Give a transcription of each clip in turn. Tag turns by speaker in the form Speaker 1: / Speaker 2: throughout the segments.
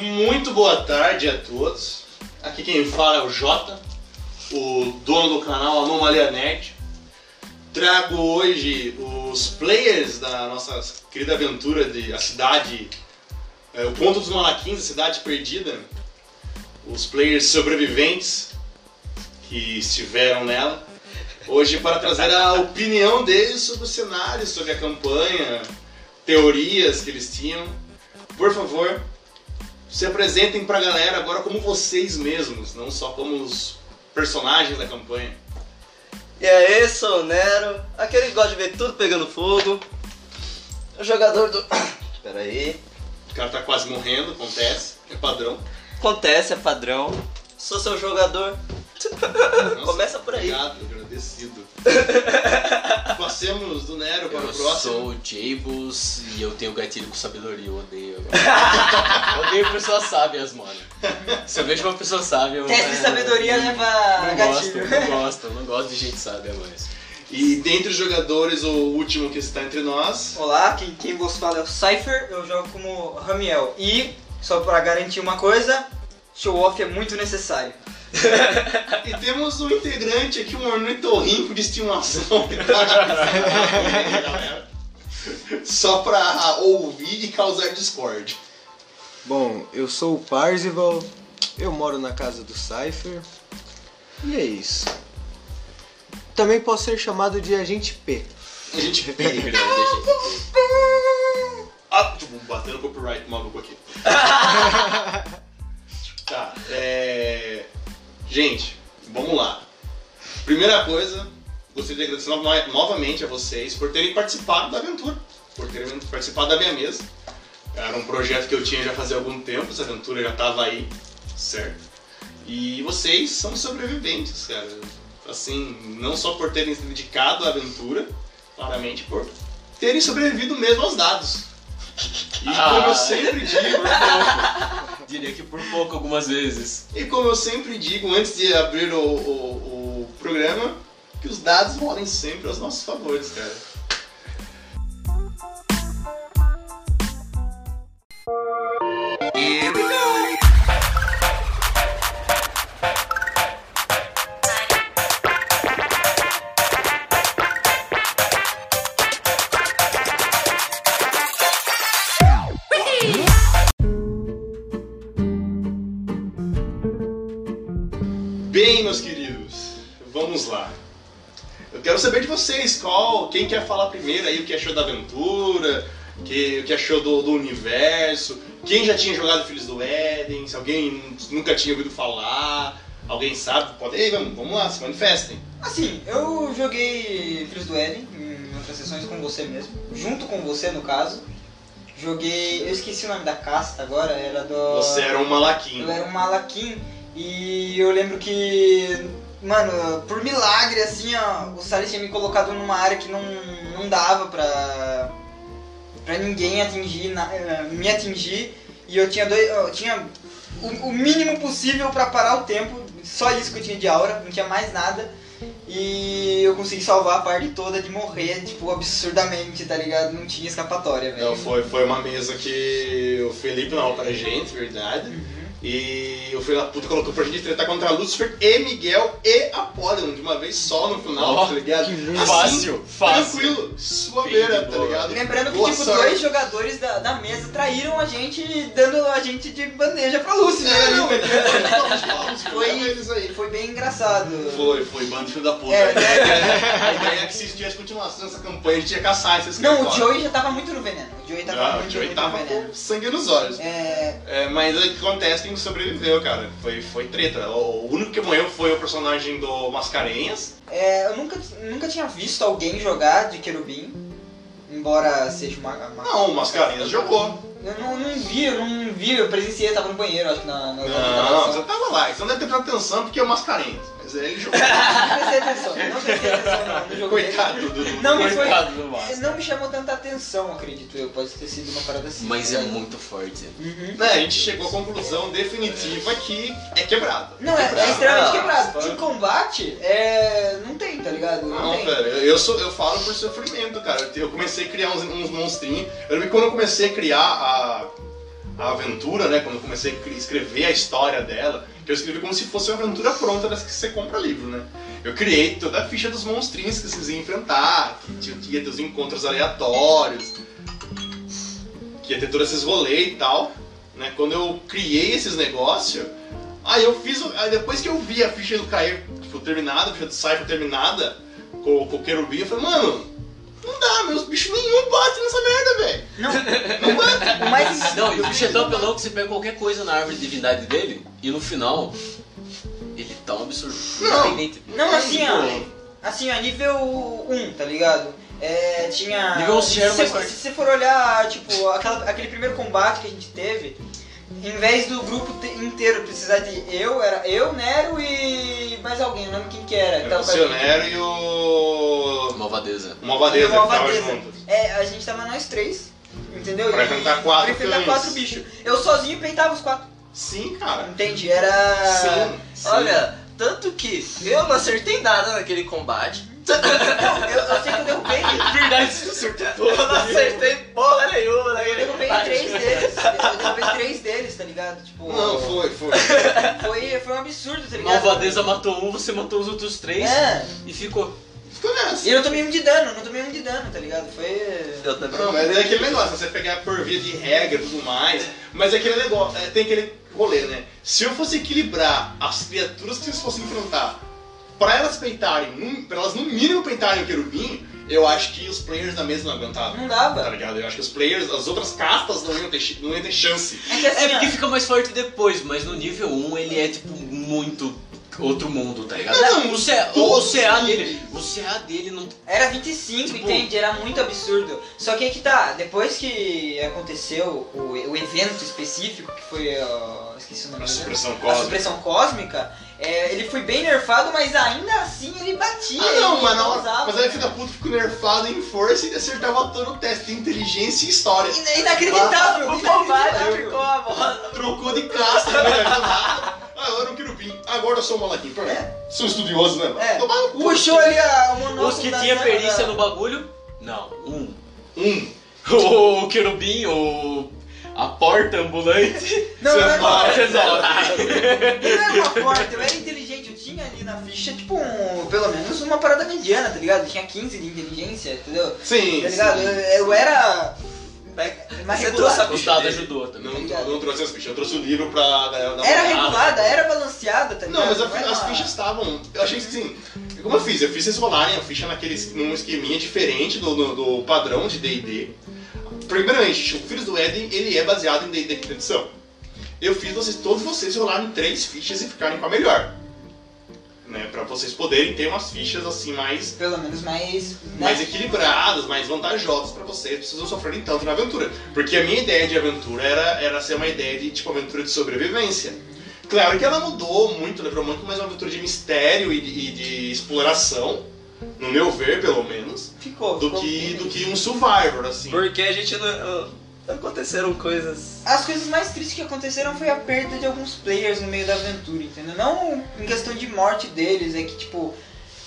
Speaker 1: Muito boa tarde a todos. Aqui quem fala é o Jota, o dono do canal Anomalia Nerd. Trago hoje os players da nossa querida aventura de a cidade, é, o ponto dos malaquins, a cidade perdida. Os players sobreviventes que estiveram nela. Hoje para trazer a opinião deles sobre o cenário, sobre a campanha, teorias que eles tinham. Por favor, se apresentem pra galera agora como vocês mesmos, não só como os personagens da campanha.
Speaker 2: E aí, sou o Nero, aquele que gosta de ver tudo pegando fogo. O jogador do. Pera aí.
Speaker 1: O cara tá quase morrendo, acontece, é padrão.
Speaker 2: Acontece, é padrão. Sou seu jogador.
Speaker 1: Nossa,
Speaker 2: Começa por aí.
Speaker 1: Obrigado, agradecido. Passemos do Nero para
Speaker 3: Eu
Speaker 1: o próximo.
Speaker 3: sou o Jables e eu tenho gatilho com sabedoria, eu odeio. odeio pessoas sábias, mano. Se eu vejo uma pessoa sábia, eu.
Speaker 4: Teste de sabedoria
Speaker 3: não-
Speaker 4: leva
Speaker 3: Não gosto,
Speaker 4: gatilho.
Speaker 2: né?
Speaker 3: não gosto, não gosto de gente sábia, mas.
Speaker 1: E dentre os jogadores, o último que está entre nós.
Speaker 4: Olá, quem, quem vos fala é o Cypher, eu jogo como Ramiel. E, só pra garantir uma coisa, show-off é muito necessário.
Speaker 1: E temos um integrante aqui, um ornitorrinco de estimação que tá na galera. Só pra ouvir e causar discórdia.
Speaker 5: Bom, eu sou o Parzival, eu moro na casa do Cypher, e é isso. Também posso ser chamado de Agente P.
Speaker 1: A gente
Speaker 3: Não deixa de ter.
Speaker 1: Ah, tipo, batendo copyright maluco aqui. tá, é. Gente, vamos lá. Primeira coisa, gostaria de agradecer nova- novamente a vocês por terem participado da aventura, por terem participado da minha mesa. Era um projeto que eu tinha já fazia algum tempo, essa aventura já tava aí, certo? E vocês são sobreviventes, cara. Assim, não só por terem se dedicado à aventura, claramente por terem sobrevivido mesmo aos dados. E como eu
Speaker 3: Ah.
Speaker 1: sempre digo,
Speaker 3: Diria que por pouco algumas vezes.
Speaker 1: e como eu sempre digo antes de abrir o, o- o programa, que os dados rolem sempre aos nossos favores, cara. Bem, meus queridos, vamos lá. Eu quero saber de vocês, qual, quem quer falar primeiro aí, o que achou da aventura, que- o que achou do, do universo, quem já tinha jogado Filhos do Éden, se alguém nunca tinha ouvido falar, alguém sabe, pode, ei, vamos, vamos lá, se manifestem.
Speaker 4: Assim, eu joguei Filhos do Éden em outras sessões com você mesmo, junto com você no caso. Joguei. Eu esqueci o nome da casta agora, era do.
Speaker 1: Você era um
Speaker 4: Eu
Speaker 1: malaquinho.
Speaker 4: era um malaquim e eu lembro que, mano, por milagre, assim, ó, o Salles tinha me colocado numa área que não, não dava pra, pra ninguém atingir, na- eh, me atingir. E eu tinha, dois, eu tinha o, o mínimo possível pra parar o tempo, só isso que eu tinha de aura, não tinha mais nada. E eu consegui salvar a parte toda de morrer, tipo, absurdamente, tá ligado? Não tinha escapatória, velho.
Speaker 1: Não, foi, foi uma mesa que o Felipe narrou pra gente, verdade.
Speaker 4: Uhum.
Speaker 1: E o filho da puta colocou pra gente tretar contra Lúcifer e Miguel e Apollon de uma vez só no final,
Speaker 3: Ó,
Speaker 1: tá ligado?
Speaker 5: que
Speaker 1: Assim,
Speaker 5: lindo.
Speaker 3: Fácil, fácil.
Speaker 1: Tranquilo,
Speaker 3: Bem
Speaker 1: suaveira,
Speaker 3: de
Speaker 1: tá
Speaker 3: boa.
Speaker 1: ligado?
Speaker 4: Lembrando que,
Speaker 1: Boa
Speaker 4: tipo,
Speaker 1: sorte.
Speaker 4: dois jogadores da, da mesa traíram a gente, dando a gente de bandeja pra Lucy, né?
Speaker 1: É, não, é
Speaker 4: Foi-
Speaker 1: foi eles aí.
Speaker 4: Foi bem engraçado.
Speaker 1: Foi, foi, bando de filho da puta.
Speaker 4: É.
Speaker 1: A, ideia, a ideia é que se tivesse continuação essa campanha, a gente ia caçar esses
Speaker 4: Não, o
Speaker 1: caras.
Speaker 4: Joey já tava muito no veneno. O Joey tava
Speaker 1: Ah,
Speaker 4: muito, né?
Speaker 1: o Joey
Speaker 4: muito
Speaker 1: tava
Speaker 4: no veneno.
Speaker 1: com sangue nos olhos.
Speaker 4: É,
Speaker 1: É, mas o que acontece é que não sobreviveu, cara. Foi, foi treta. O o único que morreu foi o personagem do Mascarenhas.
Speaker 4: é, eu nunca, nunca tinha visto alguém jogar de querubim, embora seja uma... uma-
Speaker 1: Não, o Mascarenhas jogou.
Speaker 4: Eu não, não vi, eu não vi, eu presenciei, eu tava no banheiro, acho que na... na, na
Speaker 1: Não,
Speaker 4: gravação.
Speaker 1: você tava lá. Você não deve ter prestado atenção porque é o Mascarenhas. Mas ele jogou.
Speaker 4: Não prestei atenção, não prestei atenção não, no jogo dele.
Speaker 1: Coitado do- do...
Speaker 4: Não me, foi,
Speaker 3: Coitado do Vasco.
Speaker 4: não me chamou tanta atenção, acredito eu, pode ter sido uma parada assim.
Speaker 3: Mas é muito forte.
Speaker 4: Uhum.
Speaker 1: Né, a gente chegou à conclusão definitiva que é quebrado.
Speaker 4: Não, é, é extremamente
Speaker 3: Não,
Speaker 4: quebrado.
Speaker 3: fora.
Speaker 4: De combate, é. Não tem, tá ligado? Não,
Speaker 1: Não,
Speaker 4: tem.
Speaker 1: cara, eu, eu sou, eu falo por sofrimento, cara. Eu te- Eu comecei a criar uns, uns monstrinhos. Eu lembro que quando eu comecei a criar a, a aventura, né? Quando eu comecei a cri- escrever a história dela, que eu escrevi como se fosse uma aventura pronta das que você compra livro, né? Eu criei toda a ficha dos monstrinhos que vocês iam enfrentar, que tinha, tinha ter os encontros aleatórios, que ia ter todos esses rolês e tal. Né? Quando eu criei esses negócios, aí eu fiz. o- Aí depois que eu vi a ficha do Caio tipo, terminada, a ficha do Cypher terminada, com, com o Querubim, eu falei, mano, não dá, meus bichos nenhum bate nessa merda, velho.
Speaker 4: Não,
Speaker 1: Não bate.
Speaker 4: o mais
Speaker 3: Não, e o bicho é tão apelão que você pega qualquer coisa na árvore de divindade dele e no final ele tá um absurdo.
Speaker 1: Não.
Speaker 3: Independente.
Speaker 4: Não, assim, ó. Assim, ó, nível 1, tá ligado? É, tinha.
Speaker 3: Nível 11 já era
Speaker 4: se,
Speaker 3: mais
Speaker 4: você-
Speaker 3: forte.
Speaker 4: se você for olhar, tipo, aquela- aquele primeiro combate que a gente teve, em vez do grupo te- inteiro precisar de eu, era eu, Nero e mais alguém, não lembro quem que era. né? que
Speaker 1: Era
Speaker 4: tava
Speaker 1: o
Speaker 4: com a gente.
Speaker 1: Sionero e o.
Speaker 3: Malvadeza.
Speaker 1: O Malvadeza,
Speaker 4: E
Speaker 1: que
Speaker 4: o
Speaker 1: tava
Speaker 4: Malvadeza.
Speaker 1: juntos.
Speaker 4: É, a gente tava nós três, entendeu?
Speaker 1: Pra
Speaker 4: E-
Speaker 1: enfrentar quatro
Speaker 4: pra enfrentar
Speaker 1: cães.
Speaker 4: quatro bichos. Eu sozinho peitava os quatro,
Speaker 1: Sim, cara.
Speaker 4: entende? Era.
Speaker 1: Sim. sim.
Speaker 2: Olha, tanto que eu não acertei nada naquele combate.
Speaker 4: Não, eu, eu sei que eu derrubei.
Speaker 3: Verdade, isso surtou.
Speaker 2: Eu não acertei porra nenhuma
Speaker 4: Eu
Speaker 2: naquele
Speaker 4: derrubei
Speaker 2: combate.
Speaker 4: três deles. Eu derrubei três deles, tá ligado? Tipo.
Speaker 1: Não, foi, foi.
Speaker 4: Foi, foi um absurdo, tá ligado?
Speaker 3: Malvadeza matou um, você matou os outros três
Speaker 4: É.
Speaker 3: e ficou.
Speaker 1: Ficou nessa.
Speaker 4: E eu não tomei um de dano, não tomei um de dano, tá ligado? Foi.
Speaker 2: Eu também.
Speaker 1: Não, mas é aquele negócio, você pegar por via de regra e tudo mais. Mas é aquele negócio, é, tem aquele rolê, né? Se eu fosse equilibrar as criaturas que vocês fossem enfrentar, pra elas peitarem, num- pra elas no mínimo peitarem o querubim, eu acho que os players da mesa não aguentavam.
Speaker 4: Não
Speaker 1: Tá
Speaker 4: dava.
Speaker 1: ligado? Eu acho que os players, as outras castas não iam ter, chi- não iam ter chance.
Speaker 4: É que assim,
Speaker 3: É
Speaker 4: ó,
Speaker 3: porque fica mais forte depois, mas no nível 1 ele é tipo muito outro mundo, tá ligado?
Speaker 1: Não,
Speaker 3: o, CA, o,
Speaker 1: todos
Speaker 3: CA
Speaker 1: eles.
Speaker 3: dele. O CA dele não.
Speaker 4: era 25,
Speaker 3: Tipo-
Speaker 4: entende? Era muito absurdo. Só que aí que tá, depois que aconteceu o, o evento específico, que foi. ó, esqueci o nome
Speaker 1: A
Speaker 4: dele.
Speaker 1: supressão
Speaker 4: A
Speaker 1: cósmica.
Speaker 4: supressão cósmica, é, ele foi bem nerfado, mas ainda assim ele batia.
Speaker 1: Ah não,
Speaker 4: ele
Speaker 1: mas na hora.
Speaker 4: causava.
Speaker 1: Mas aí filho da puta ficou nerfado em força e acertava todo o teste de inteligência e história.
Speaker 4: Ina- um Inacreditável!
Speaker 2: O combate
Speaker 4: Inacreditável!
Speaker 2: ficou a bola.
Speaker 1: Trocou de casta, né? Do nada. Ah, eu era um querubim. Agora eu sou um malaquim. Pronto. Sou estudioso, né?
Speaker 4: É.
Speaker 1: Tomar no cu.
Speaker 4: Puxou ali a, o monóculo
Speaker 3: Os que
Speaker 4: da
Speaker 3: tinha
Speaker 4: Sandra.
Speaker 3: perícia no bagulho? Não, um.
Speaker 1: Um.
Speaker 3: O, querubim, o. A porta ambulante.
Speaker 4: Não, não era,
Speaker 1: Você
Speaker 4: uma,
Speaker 1: fala.
Speaker 4: não era uma porta, eu era inteligente, eu tinha ali na ficha, tipo, um, pelo menos uma parada mediana, tá ligado? Eu tinha 15 de inteligência, entendeu?
Speaker 1: Sim.
Speaker 4: Tá ligado? Eu, eu era. Mas
Speaker 2: Você
Speaker 4: regular.
Speaker 2: trouxe a
Speaker 3: O dado ajudou
Speaker 1: sim.
Speaker 3: também.
Speaker 1: Não, não trouxe as fichas, eu trouxe o livro pra dar dar uma
Speaker 4: Era
Speaker 1: olhada.
Speaker 4: regulada, era balanceada, tá ligado?
Speaker 1: Não, mas a-
Speaker 4: era
Speaker 1: as
Speaker 4: uma-
Speaker 1: fichas estavam. Eu achei que assim. Como eu fiz? Eu fiz vocês rolarem a ficha naquele, num esqueminha diferente do, do- do padrão de DD. Primeiramente, o Filhos do Éden ele é baseado em DD quinta edição. Eu fiz vocês, todos vocês rolarem três fichas e ficarem com a melhor. Né, pra vocês poderem ter umas fichas assim mais,
Speaker 4: Pelo menos mais. né?
Speaker 1: mais equilibradas, mais vantajosas pra vocês, pra vocês não sofrerem tanto na aventura. Porque a minha ideia de aventura era, era ser uma ideia de tipo aventura de sobrevivência. Claro que ela mudou muito, lembrou muito mais uma aventura de mistério e de, e de exploração, no meu ver, pelo menos,
Speaker 4: Ficou.
Speaker 1: do
Speaker 4: ficou
Speaker 1: que,
Speaker 4: bem.
Speaker 1: do que um survivor, assim.
Speaker 2: Porque a gente não. Aconteceram coisas.
Speaker 4: As coisas mais tristes que aconteceram foi a perda de alguns players no meio da aventura, entendeu? Não em questão de morte deles, é que tipo,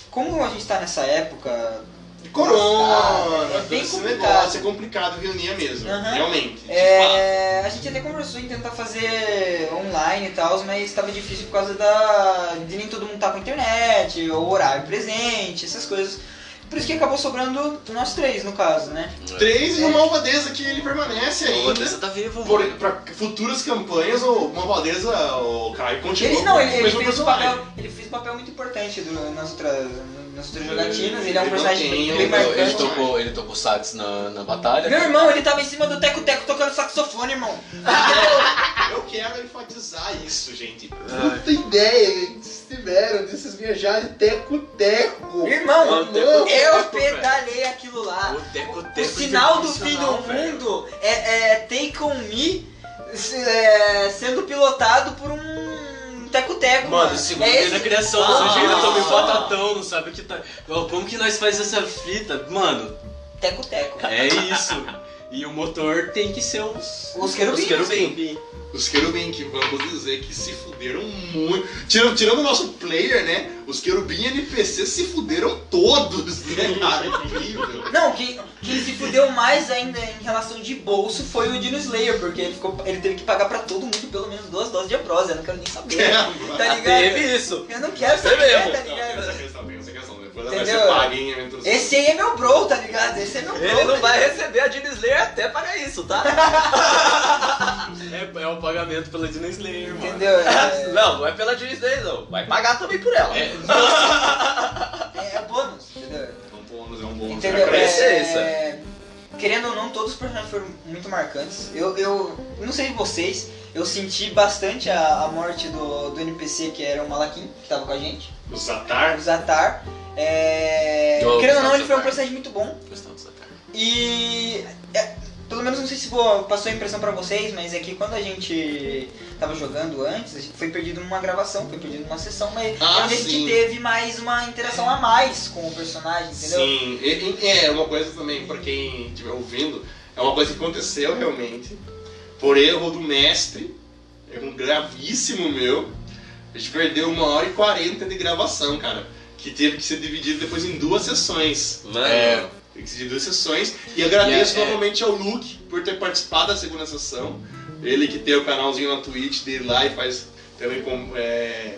Speaker 4: como a gente tá nessa época,
Speaker 1: De corona,
Speaker 4: Ah, é bem
Speaker 1: esse
Speaker 4: complicado.
Speaker 1: negócio, é complicado reunir mesmo,
Speaker 4: Aham.
Speaker 1: realmente. de fato.
Speaker 4: é, a gente até conversou em tentar fazer online e tal, mas tava difícil por causa da de nem todo mundo tá com internet, ou horário presente, essas coisas. Por isso que acabou sobrando nós três, no caso, né?
Speaker 1: Três e uma malvadeza que ele permanece
Speaker 3: O
Speaker 1: ainda.
Speaker 3: Andressa tá vivo,
Speaker 1: Por,
Speaker 3: mano.
Speaker 1: pra futuras campanhas, o Malvadeza, o Caio continua.
Speaker 4: Ele não, ele,
Speaker 1: com o
Speaker 4: ele
Speaker 1: mesmo
Speaker 4: fez um
Speaker 1: personagem.
Speaker 4: papel, ele fez um papel muito importante do- nas outras nas outras jogatinas,
Speaker 1: Ele-
Speaker 4: ele é um
Speaker 1: ele
Speaker 4: personagem
Speaker 1: mantém
Speaker 4: bem,
Speaker 1: o-
Speaker 4: bem marcante.
Speaker 3: Ele tocou, ele tocou sax na, na batalha.
Speaker 4: Meu irmão, ele tava em cima do teco-teco tocando saxofone, irmão.
Speaker 1: Eu quero enfatizar isso, gente. Puta ideia que vocês tiveram de vocês viajarem teco-teco.
Speaker 4: Irmão,
Speaker 1: Não,
Speaker 4: eu,
Speaker 1: teco-teco,
Speaker 4: pedalei aquilo lá.
Speaker 3: O Deco
Speaker 4: O
Speaker 3: Teco
Speaker 4: sinal do fim do
Speaker 3: internacional, velho.
Speaker 4: mundo é, é Take On Me se- é, sendo pilotado por um teco-teco.
Speaker 3: Mano, o segundo
Speaker 4: é
Speaker 3: dia
Speaker 4: esse-
Speaker 3: da criação,
Speaker 4: Ah,
Speaker 3: o sujeito toma em
Speaker 4: nossa.
Speaker 3: batatão, não sabe o que tá. Como que nós faz essa fita? Mano,
Speaker 4: Teco-teco.
Speaker 3: é isso. E o motor tem que ser os.
Speaker 4: Os querubins.
Speaker 3: Os querubins.
Speaker 1: Os querubim, que vamos dizer que se fuderam muito. Tirando, tirando o nosso player, né? Os querubim NPC se fuderam todos, né, cara? Incrível.
Speaker 4: Não, quem, quem se fudeu mais ainda em relação de bolso foi o Dino Slayer, porque ele, ficou, ele teve que pagar pra todo mundo pelo menos duas doses de Ambrosia, eu não quero nem saber.
Speaker 1: É,
Speaker 4: Tá ligado?
Speaker 3: Ah, Teve isso.
Speaker 4: Eu não quero
Speaker 3: Você
Speaker 4: saber,
Speaker 3: mesmo.
Speaker 4: tá
Speaker 1: Não, tem essa
Speaker 4: ligado?
Speaker 1: questão, tem essa questão. Depois ela vai
Speaker 4: Entendeu?
Speaker 1: ser paga em eventos.
Speaker 4: Esse aí é meu bro, tá ligado? Esse é meu bro.
Speaker 2: Ele
Speaker 4: tá
Speaker 2: não vai
Speaker 4: ligado?
Speaker 2: receber a Dino Slayer até para isso, tá?
Speaker 3: É, é o pagamento pela Disney Slayer, mano.
Speaker 4: Entendeu? É,
Speaker 2: Não, não é pela Dino Slayer, não. Vai pagar também por ela.
Speaker 3: É,
Speaker 4: é, é bônus, entendeu?
Speaker 1: É um bônus, é um bônus.
Speaker 4: Entendeu?
Speaker 1: Pra crescer.
Speaker 4: É,
Speaker 2: isso.
Speaker 4: Querendo ou não, todos os personagens foram muito marcantes. Eu, eu eu não sei de vocês, eu senti bastante a, a morte do, do NPC que era o Malakim, que tava com a gente,
Speaker 1: O Zatar.
Speaker 4: o Zatar. É,
Speaker 3: Eu
Speaker 4: Querendo ou não,
Speaker 3: gostava
Speaker 4: ele
Speaker 3: do
Speaker 4: foi um
Speaker 3: Zatar.
Speaker 4: personagem muito bom.
Speaker 3: Questão dessa cara.
Speaker 4: E é, pelo menos não sei se vou- passou a impressão pra vocês, mas é que quando a gente tava jogando antes, a gente- foi perdido uma gravação, foi perdido uma sessão, mas
Speaker 1: Ah,
Speaker 4: a gente
Speaker 1: sim.
Speaker 4: teve mais uma interação a mais com o personagem, entendeu?
Speaker 1: Sim, e- e- é uma coisa também, pra quem estiver ouvindo, é uma coisa que aconteceu realmente, por erro do mestre, erro gravíssimo meu, a gente perdeu uma hora e quarenta de gravação, cara, que teve que ser dividido depois em duas sessões.
Speaker 2: Mano,
Speaker 3: É.
Speaker 1: Tem que ser de duas sessões. E agradeço
Speaker 3: E é- é-
Speaker 1: novamente ao Luke por ter participado da segunda sessão. Ele que tem o canalzinho na Twitch dele lá e faz também com- é,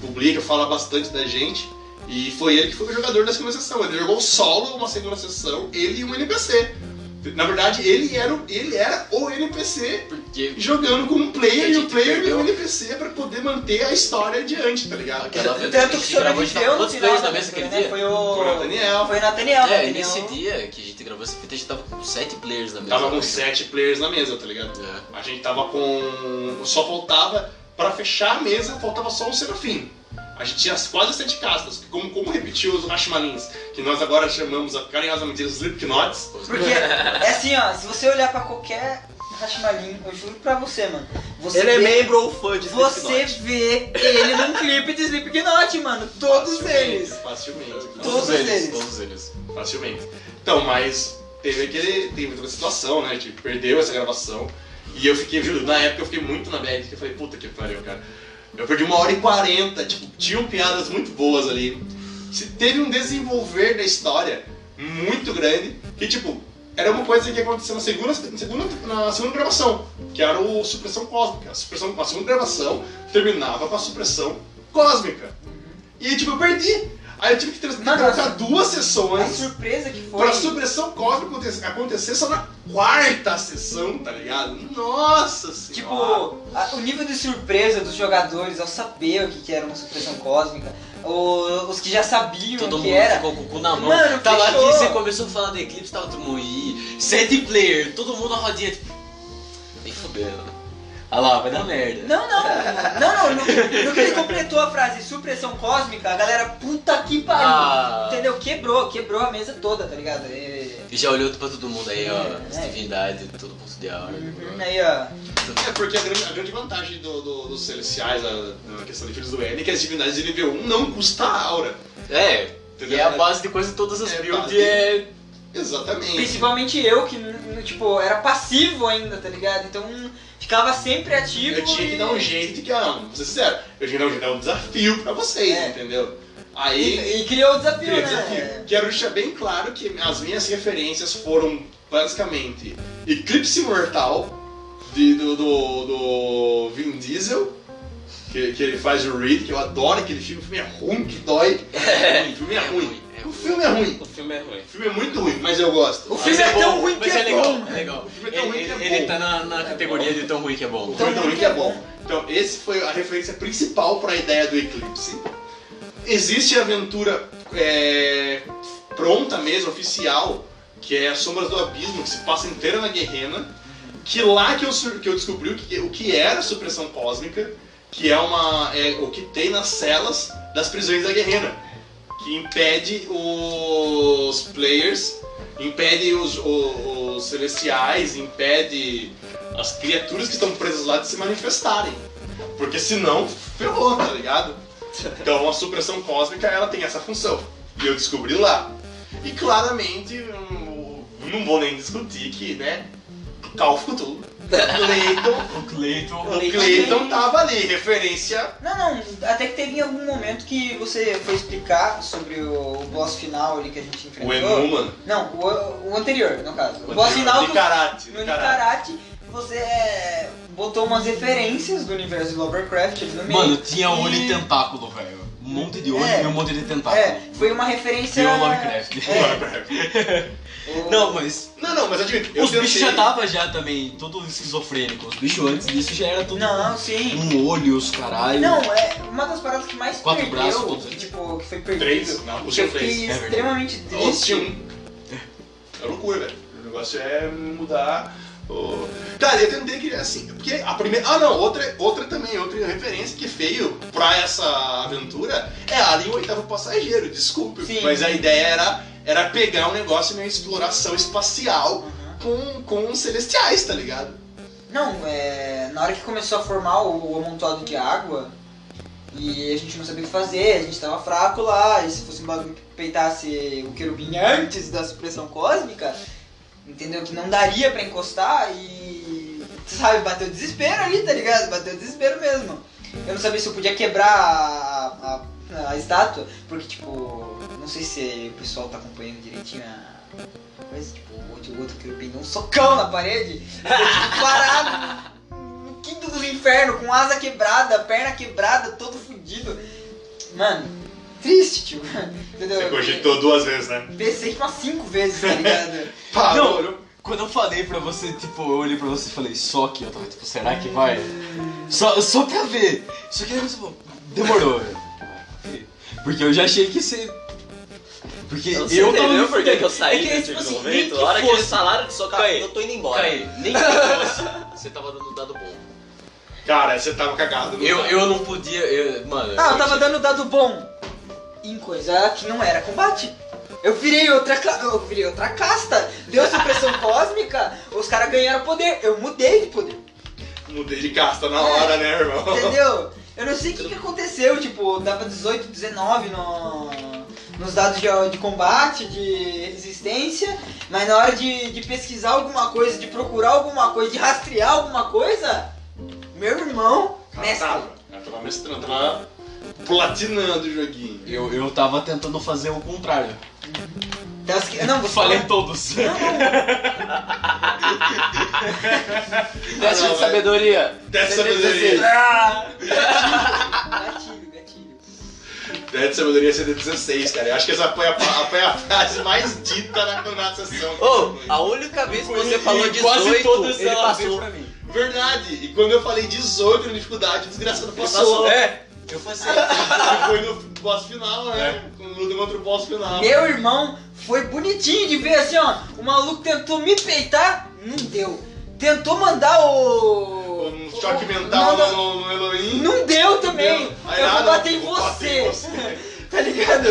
Speaker 1: publica, fala bastante da gente. E foi ele que foi o jogador da segunda sessão. Ele jogou solo uma segunda sessão, ele e um NPC. Na verdade, ele era, o- ele era o NPC
Speaker 3: Porque
Speaker 1: jogando com um player
Speaker 3: A
Speaker 1: e
Speaker 3: gente
Speaker 1: o player e
Speaker 3: perdeu.
Speaker 1: o NPC pra poder manter a história adiante, tá ligado?
Speaker 3: aquela vez
Speaker 4: Tanto que
Speaker 3: a gente gravou, a gente tava
Speaker 4: sobreviveu no
Speaker 3: quantos
Speaker 4: final
Speaker 3: players
Speaker 4: da
Speaker 3: na mesa aquele
Speaker 4: né?
Speaker 3: dia?
Speaker 4: Foi o...
Speaker 1: Foi o Nathaniel.
Speaker 4: Foi o Nathaniel,
Speaker 3: É,
Speaker 4: Nathaniel.
Speaker 3: nesse dia que a gente gravou esse PT, a gente tava com 7 players na mesa.
Speaker 1: Tava com sete players na mesa, tá ligado?
Speaker 3: É.
Speaker 1: A gente tava com. Só faltava, pra fechar a mesa, faltava só um serafim. A gente tinha as- quase sete castas, que como, como repetiu os Ashmalins, que nós agora chamamos a- carinhosamente de Slipknots.
Speaker 4: Porque, é assim, ó, se você olhar pra qualquer Hashimalin, eu juro pra você, mano. Você
Speaker 2: ele é
Speaker 4: vê-
Speaker 2: membro ou fã de
Speaker 4: Você
Speaker 2: Slipknot.
Speaker 4: vê ele num clipe de Slipknot, mano. Todos
Speaker 1: Facilmente,
Speaker 4: eles.
Speaker 1: Facilmente.
Speaker 4: Todos eles.
Speaker 3: Todos eles.
Speaker 1: Facilmente. Então, mas teve aquele. Teve toda a situação, né? A gente perdeu essa gravação. E eu fiquei, juro, na época eu fiquei muito na bad, que eu falei, puta que pariu, cara. Eu perdi uma hora e quarenta, tipo, tinham piadas muito boas ali. Se teve um desenvolver da história muito grande, que tipo, era uma coisa que aconteceu na segunda, na segunda, na segunda gravação, que era o supressão cósmica. A, supressão, a segunda gravação terminava com a supressão cósmica. E tipo, eu perdi. Aí eu tive que trans-
Speaker 4: Mano,
Speaker 1: trocar duas
Speaker 4: A
Speaker 1: sessões
Speaker 4: surpresa que foi.
Speaker 1: pra supressão cósmica aconte- acontecer só na quarta sessão, tá ligado? Nossa
Speaker 4: Tipo,
Speaker 1: senhora!
Speaker 4: a- o nível de surpresa dos jogadores ao saber o que, que era uma supressão cósmica, o- os que já sabiam
Speaker 3: Todo
Speaker 4: o
Speaker 3: mundo
Speaker 4: que era.
Speaker 3: ficou com o cu na mão.
Speaker 4: Mano,
Speaker 3: tava
Speaker 4: fechou.
Speaker 3: aqui, você começou a falar de Eclipse, tava todo mundo aí. 7 player, todo mundo na rodinha. Tipo, nem fudendo. Olha lá, vai dar merda.
Speaker 4: Não, não, não, não, no, no que ele completou a frase supressão cósmica, a galera, puta que pariu.
Speaker 3: Ah.
Speaker 4: Entendeu? Quebrou, quebrou a mesa toda, tá ligado? E-
Speaker 3: E já olhou pra todo mundo aí, ó.
Speaker 4: É,
Speaker 3: as
Speaker 4: é.
Speaker 3: divindades, todo mundo de aura.
Speaker 4: Uhum, Aí, ó.
Speaker 1: É porque a grande, a grande vantagem do- do- dos celestiais, a- na questão de filhos do N, é que as divindades de nível 1 não custa aura.
Speaker 3: É, e
Speaker 1: Entendeu?
Speaker 3: é a base de quase todas as
Speaker 1: É
Speaker 3: builds
Speaker 1: base.
Speaker 3: é.
Speaker 1: Exatamente.
Speaker 4: Principalmente eu, que n- n- tipo, era passivo ainda, tá ligado? Então ficava sempre ativo.
Speaker 1: Eu tinha que
Speaker 4: e-
Speaker 1: dar um jeito de que, ah, vou ser sincero, eu tinha que dar um, jeito, dar um desafio pra vocês,
Speaker 4: É.
Speaker 1: entendeu?
Speaker 4: E,
Speaker 1: Aí,
Speaker 4: e criou o desafio,
Speaker 1: Queria
Speaker 4: né?
Speaker 1: dizer que quero deixar bem claro que as minhas referências foram basicamente Eclipse Mortal de- do, do, do Vin Diesel, que, que ele faz o Reed, que eu adoro aquele filme, o filme é ruim que dói. o filme é ruim.
Speaker 3: é
Speaker 1: O
Speaker 3: ruim.
Speaker 1: filme é ruim.
Speaker 3: O filme é ruim.
Speaker 1: O filme é muito ruim, mas eu gosto.
Speaker 4: O filme é tão ruim que
Speaker 3: mas
Speaker 4: é
Speaker 3: é legal,
Speaker 4: bom.
Speaker 3: é legal.
Speaker 1: O filme é tão
Speaker 3: Ele,
Speaker 1: ruim que é
Speaker 3: ele- ele
Speaker 1: bom.
Speaker 3: tá na, na categoria de tão ruim que é bom.
Speaker 1: O filme é ruim que é bom. Então, esse foi a referência principal para a ideia do Eclipse. Existe a aventura é, pronta mesmo, oficial, que é As Sombras do Abismo, que se passa inteira na Guerrena. Que lá que eu, sur- que eu descobri o que, o que era a supressão cósmica, que é, uma, é o que tem nas celas das prisões da Guerrena. Que impede os players, impede os- o- os celestiais, impede as criaturas que estão presas lá de se manifestarem. Porque senão, ferrou, tá ligado? Então a supressão cósmica ela tem essa função. E eu descobri lá. E claramente hum, o Não vou nem discutir que, né? Calfo tudo. Clayton,
Speaker 3: O Cleiton.
Speaker 1: o Clayton tava ali, referência.
Speaker 4: Não, não, até que teve em algum momento que você foi explicar sobre o, o boss final ali que a
Speaker 1: O
Speaker 4: gente enfrentou.
Speaker 1: Emu, mano.
Speaker 4: Não, o, o anterior, no caso. O,
Speaker 1: O
Speaker 4: boss
Speaker 1: anterior,
Speaker 4: final que-
Speaker 1: Nicarate,
Speaker 4: no
Speaker 1: Nicarate.
Speaker 4: Nicarate, você é, botou umas referências do universo de Lovecraft ali no meio.
Speaker 3: Mano, tinha olho
Speaker 4: E-
Speaker 3: e tentáculo, velho. Um monte de olho
Speaker 4: É.
Speaker 3: e um monte de tentáculo.
Speaker 4: É,
Speaker 3: É.
Speaker 4: foi uma referência.
Speaker 3: o Lovecraft.
Speaker 4: O-
Speaker 3: Não, mas
Speaker 1: Não, não, mas admito. eu
Speaker 3: os bichos
Speaker 1: tentei-
Speaker 3: já estavam já também, todo esquizofrênico. Os bichos antes disso já era tudo
Speaker 4: Não, sim.
Speaker 3: um olho, os caralho.
Speaker 4: Não, é uma das paradas que mais
Speaker 3: Quatro
Speaker 4: perdeu,
Speaker 3: braços, todos.
Speaker 4: tipo, que foi
Speaker 3: tá-
Speaker 4: perdido.
Speaker 1: Três? Não, o
Speaker 4: que eu
Speaker 1: seu três.
Speaker 4: fiquei
Speaker 3: É verdade.
Speaker 4: extremamente
Speaker 1: Ou
Speaker 4: triste.
Speaker 1: tinha um. É loucura, velho. O negócio é mudar. o- Cara, eu tentei que assim. Porque a primeira. Ah, não, outra, outra também, outra referência que veio pra essa aventura é Alien o Oitavo Passageiro, desculpe.
Speaker 4: Sim.
Speaker 1: Mas a ideia era, era pegar um negócio meio exploração espacial
Speaker 4: Aham.
Speaker 1: com, com os celestiais, tá ligado?
Speaker 4: Uhum. Não, é, na hora que começou a formar o, o amontoado de água, e a gente não sabia o que fazer, a gente tava fraco lá, e se fosse um bagulho que peitasse o querubim antes da supressão cósmica, entendeu? Que não daria pra encostar e. Sabe, bateu desespero ali, tá ligado? Bateu desespero mesmo. Eu não sabia se eu podia quebrar a, a, a estátua, porque tipo, não sei se o pessoal tá acompanhando direitinho a coisa, tipo, o outro, o outro querubim deu um socão na parede, eu tive que parar no quinto do inferno, com asa quebrada, perna quebrada, todo fudido. Mano, triste, tio. Entendeu?
Speaker 1: Você cogitou duas vezes, né?
Speaker 4: Pensei tipo, umas cinco vezes, tá ligado?
Speaker 1: Parou.
Speaker 3: Quando eu falei pra você, tipo, eu olhei pra você e falei, só que eu tava tipo, será que vai? Só, só pra ver. Só que aí você falou, demorou. Porque eu já achei que você. Porque
Speaker 2: Então, você
Speaker 3: eu tava.
Speaker 2: entendeu
Speaker 3: me
Speaker 2: por que, que eu
Speaker 3: fudendo.
Speaker 2: saí
Speaker 3: É que,
Speaker 2: nesse
Speaker 3: tipo assim,
Speaker 2: momento?
Speaker 3: nem que
Speaker 2: a hora que eles
Speaker 3: fosse.
Speaker 2: falaram de socar,
Speaker 3: Caí.
Speaker 2: eu tô indo embora.
Speaker 3: Caí, nem que fosse. Você tava dando dado bom.
Speaker 1: Cara, você tava cagado. né? não
Speaker 3: Eu,
Speaker 1: tava?
Speaker 3: eu não podia. Eu, mano.
Speaker 4: Ah, eu tava dando dado bom em coisa que não era combate. Eu virei outra, ca- eu virei outra casta, deu supressão cósmica, os caras ganharam poder, eu mudei de poder.
Speaker 1: Mudei de casta na hora, né, irmão?
Speaker 4: Entendeu? Eu não sei o que, que aconteceu, tipo, dava 18, 19 no, nos dados de, de combate, de resistência, mas na hora de, de pesquisar alguma coisa, de procurar alguma coisa, de rastrear alguma coisa, meu irmão,
Speaker 1: Cara,
Speaker 4: mestre.
Speaker 1: tava. Ela Tá, né? tava mestrando, tava platinando o joguinho.
Speaker 3: Eu, eu tava tentando fazer o contrário.
Speaker 4: Então, se- não,
Speaker 3: Eu
Speaker 4: você
Speaker 3: falei todos. Teste
Speaker 1: Ah, não,
Speaker 3: de sabedoria.
Speaker 1: Dead
Speaker 3: CD16.
Speaker 4: né?
Speaker 1: Sabedoria.
Speaker 4: Ah, Gatilho, gatilho.
Speaker 1: Dead Sabedoria CD16, cara. Eu acho que essa foi a, pa- foi a frase mais dita na, na sessão.
Speaker 2: Ô, a única vez que você
Speaker 3: E
Speaker 2: falou
Speaker 3: quase
Speaker 2: 18,
Speaker 3: todos
Speaker 2: ele
Speaker 3: ela
Speaker 2: passou.
Speaker 3: veio pra mim.
Speaker 1: Verdade. E quando eu falei 18 na dificuldade, o desgraçado
Speaker 2: Ele
Speaker 1: passou.
Speaker 2: passou.
Speaker 3: É, eu passei.
Speaker 1: E foi no boss final, né? Com o outro boss final.
Speaker 4: É. Meu irmão foi bonitinho de ver assim, ó. O maluco tentou me peitar, não deu. Tentou mandar o.
Speaker 1: Um choque
Speaker 4: o-
Speaker 1: mental
Speaker 4: não,
Speaker 1: no, no, no Elohim.
Speaker 4: Não deu também!
Speaker 1: Entendeu? Aí,
Speaker 4: eu
Speaker 1: ah,
Speaker 4: vou
Speaker 1: não,
Speaker 4: bater em
Speaker 1: vou bater
Speaker 4: você,
Speaker 1: em você.
Speaker 4: tá ligado?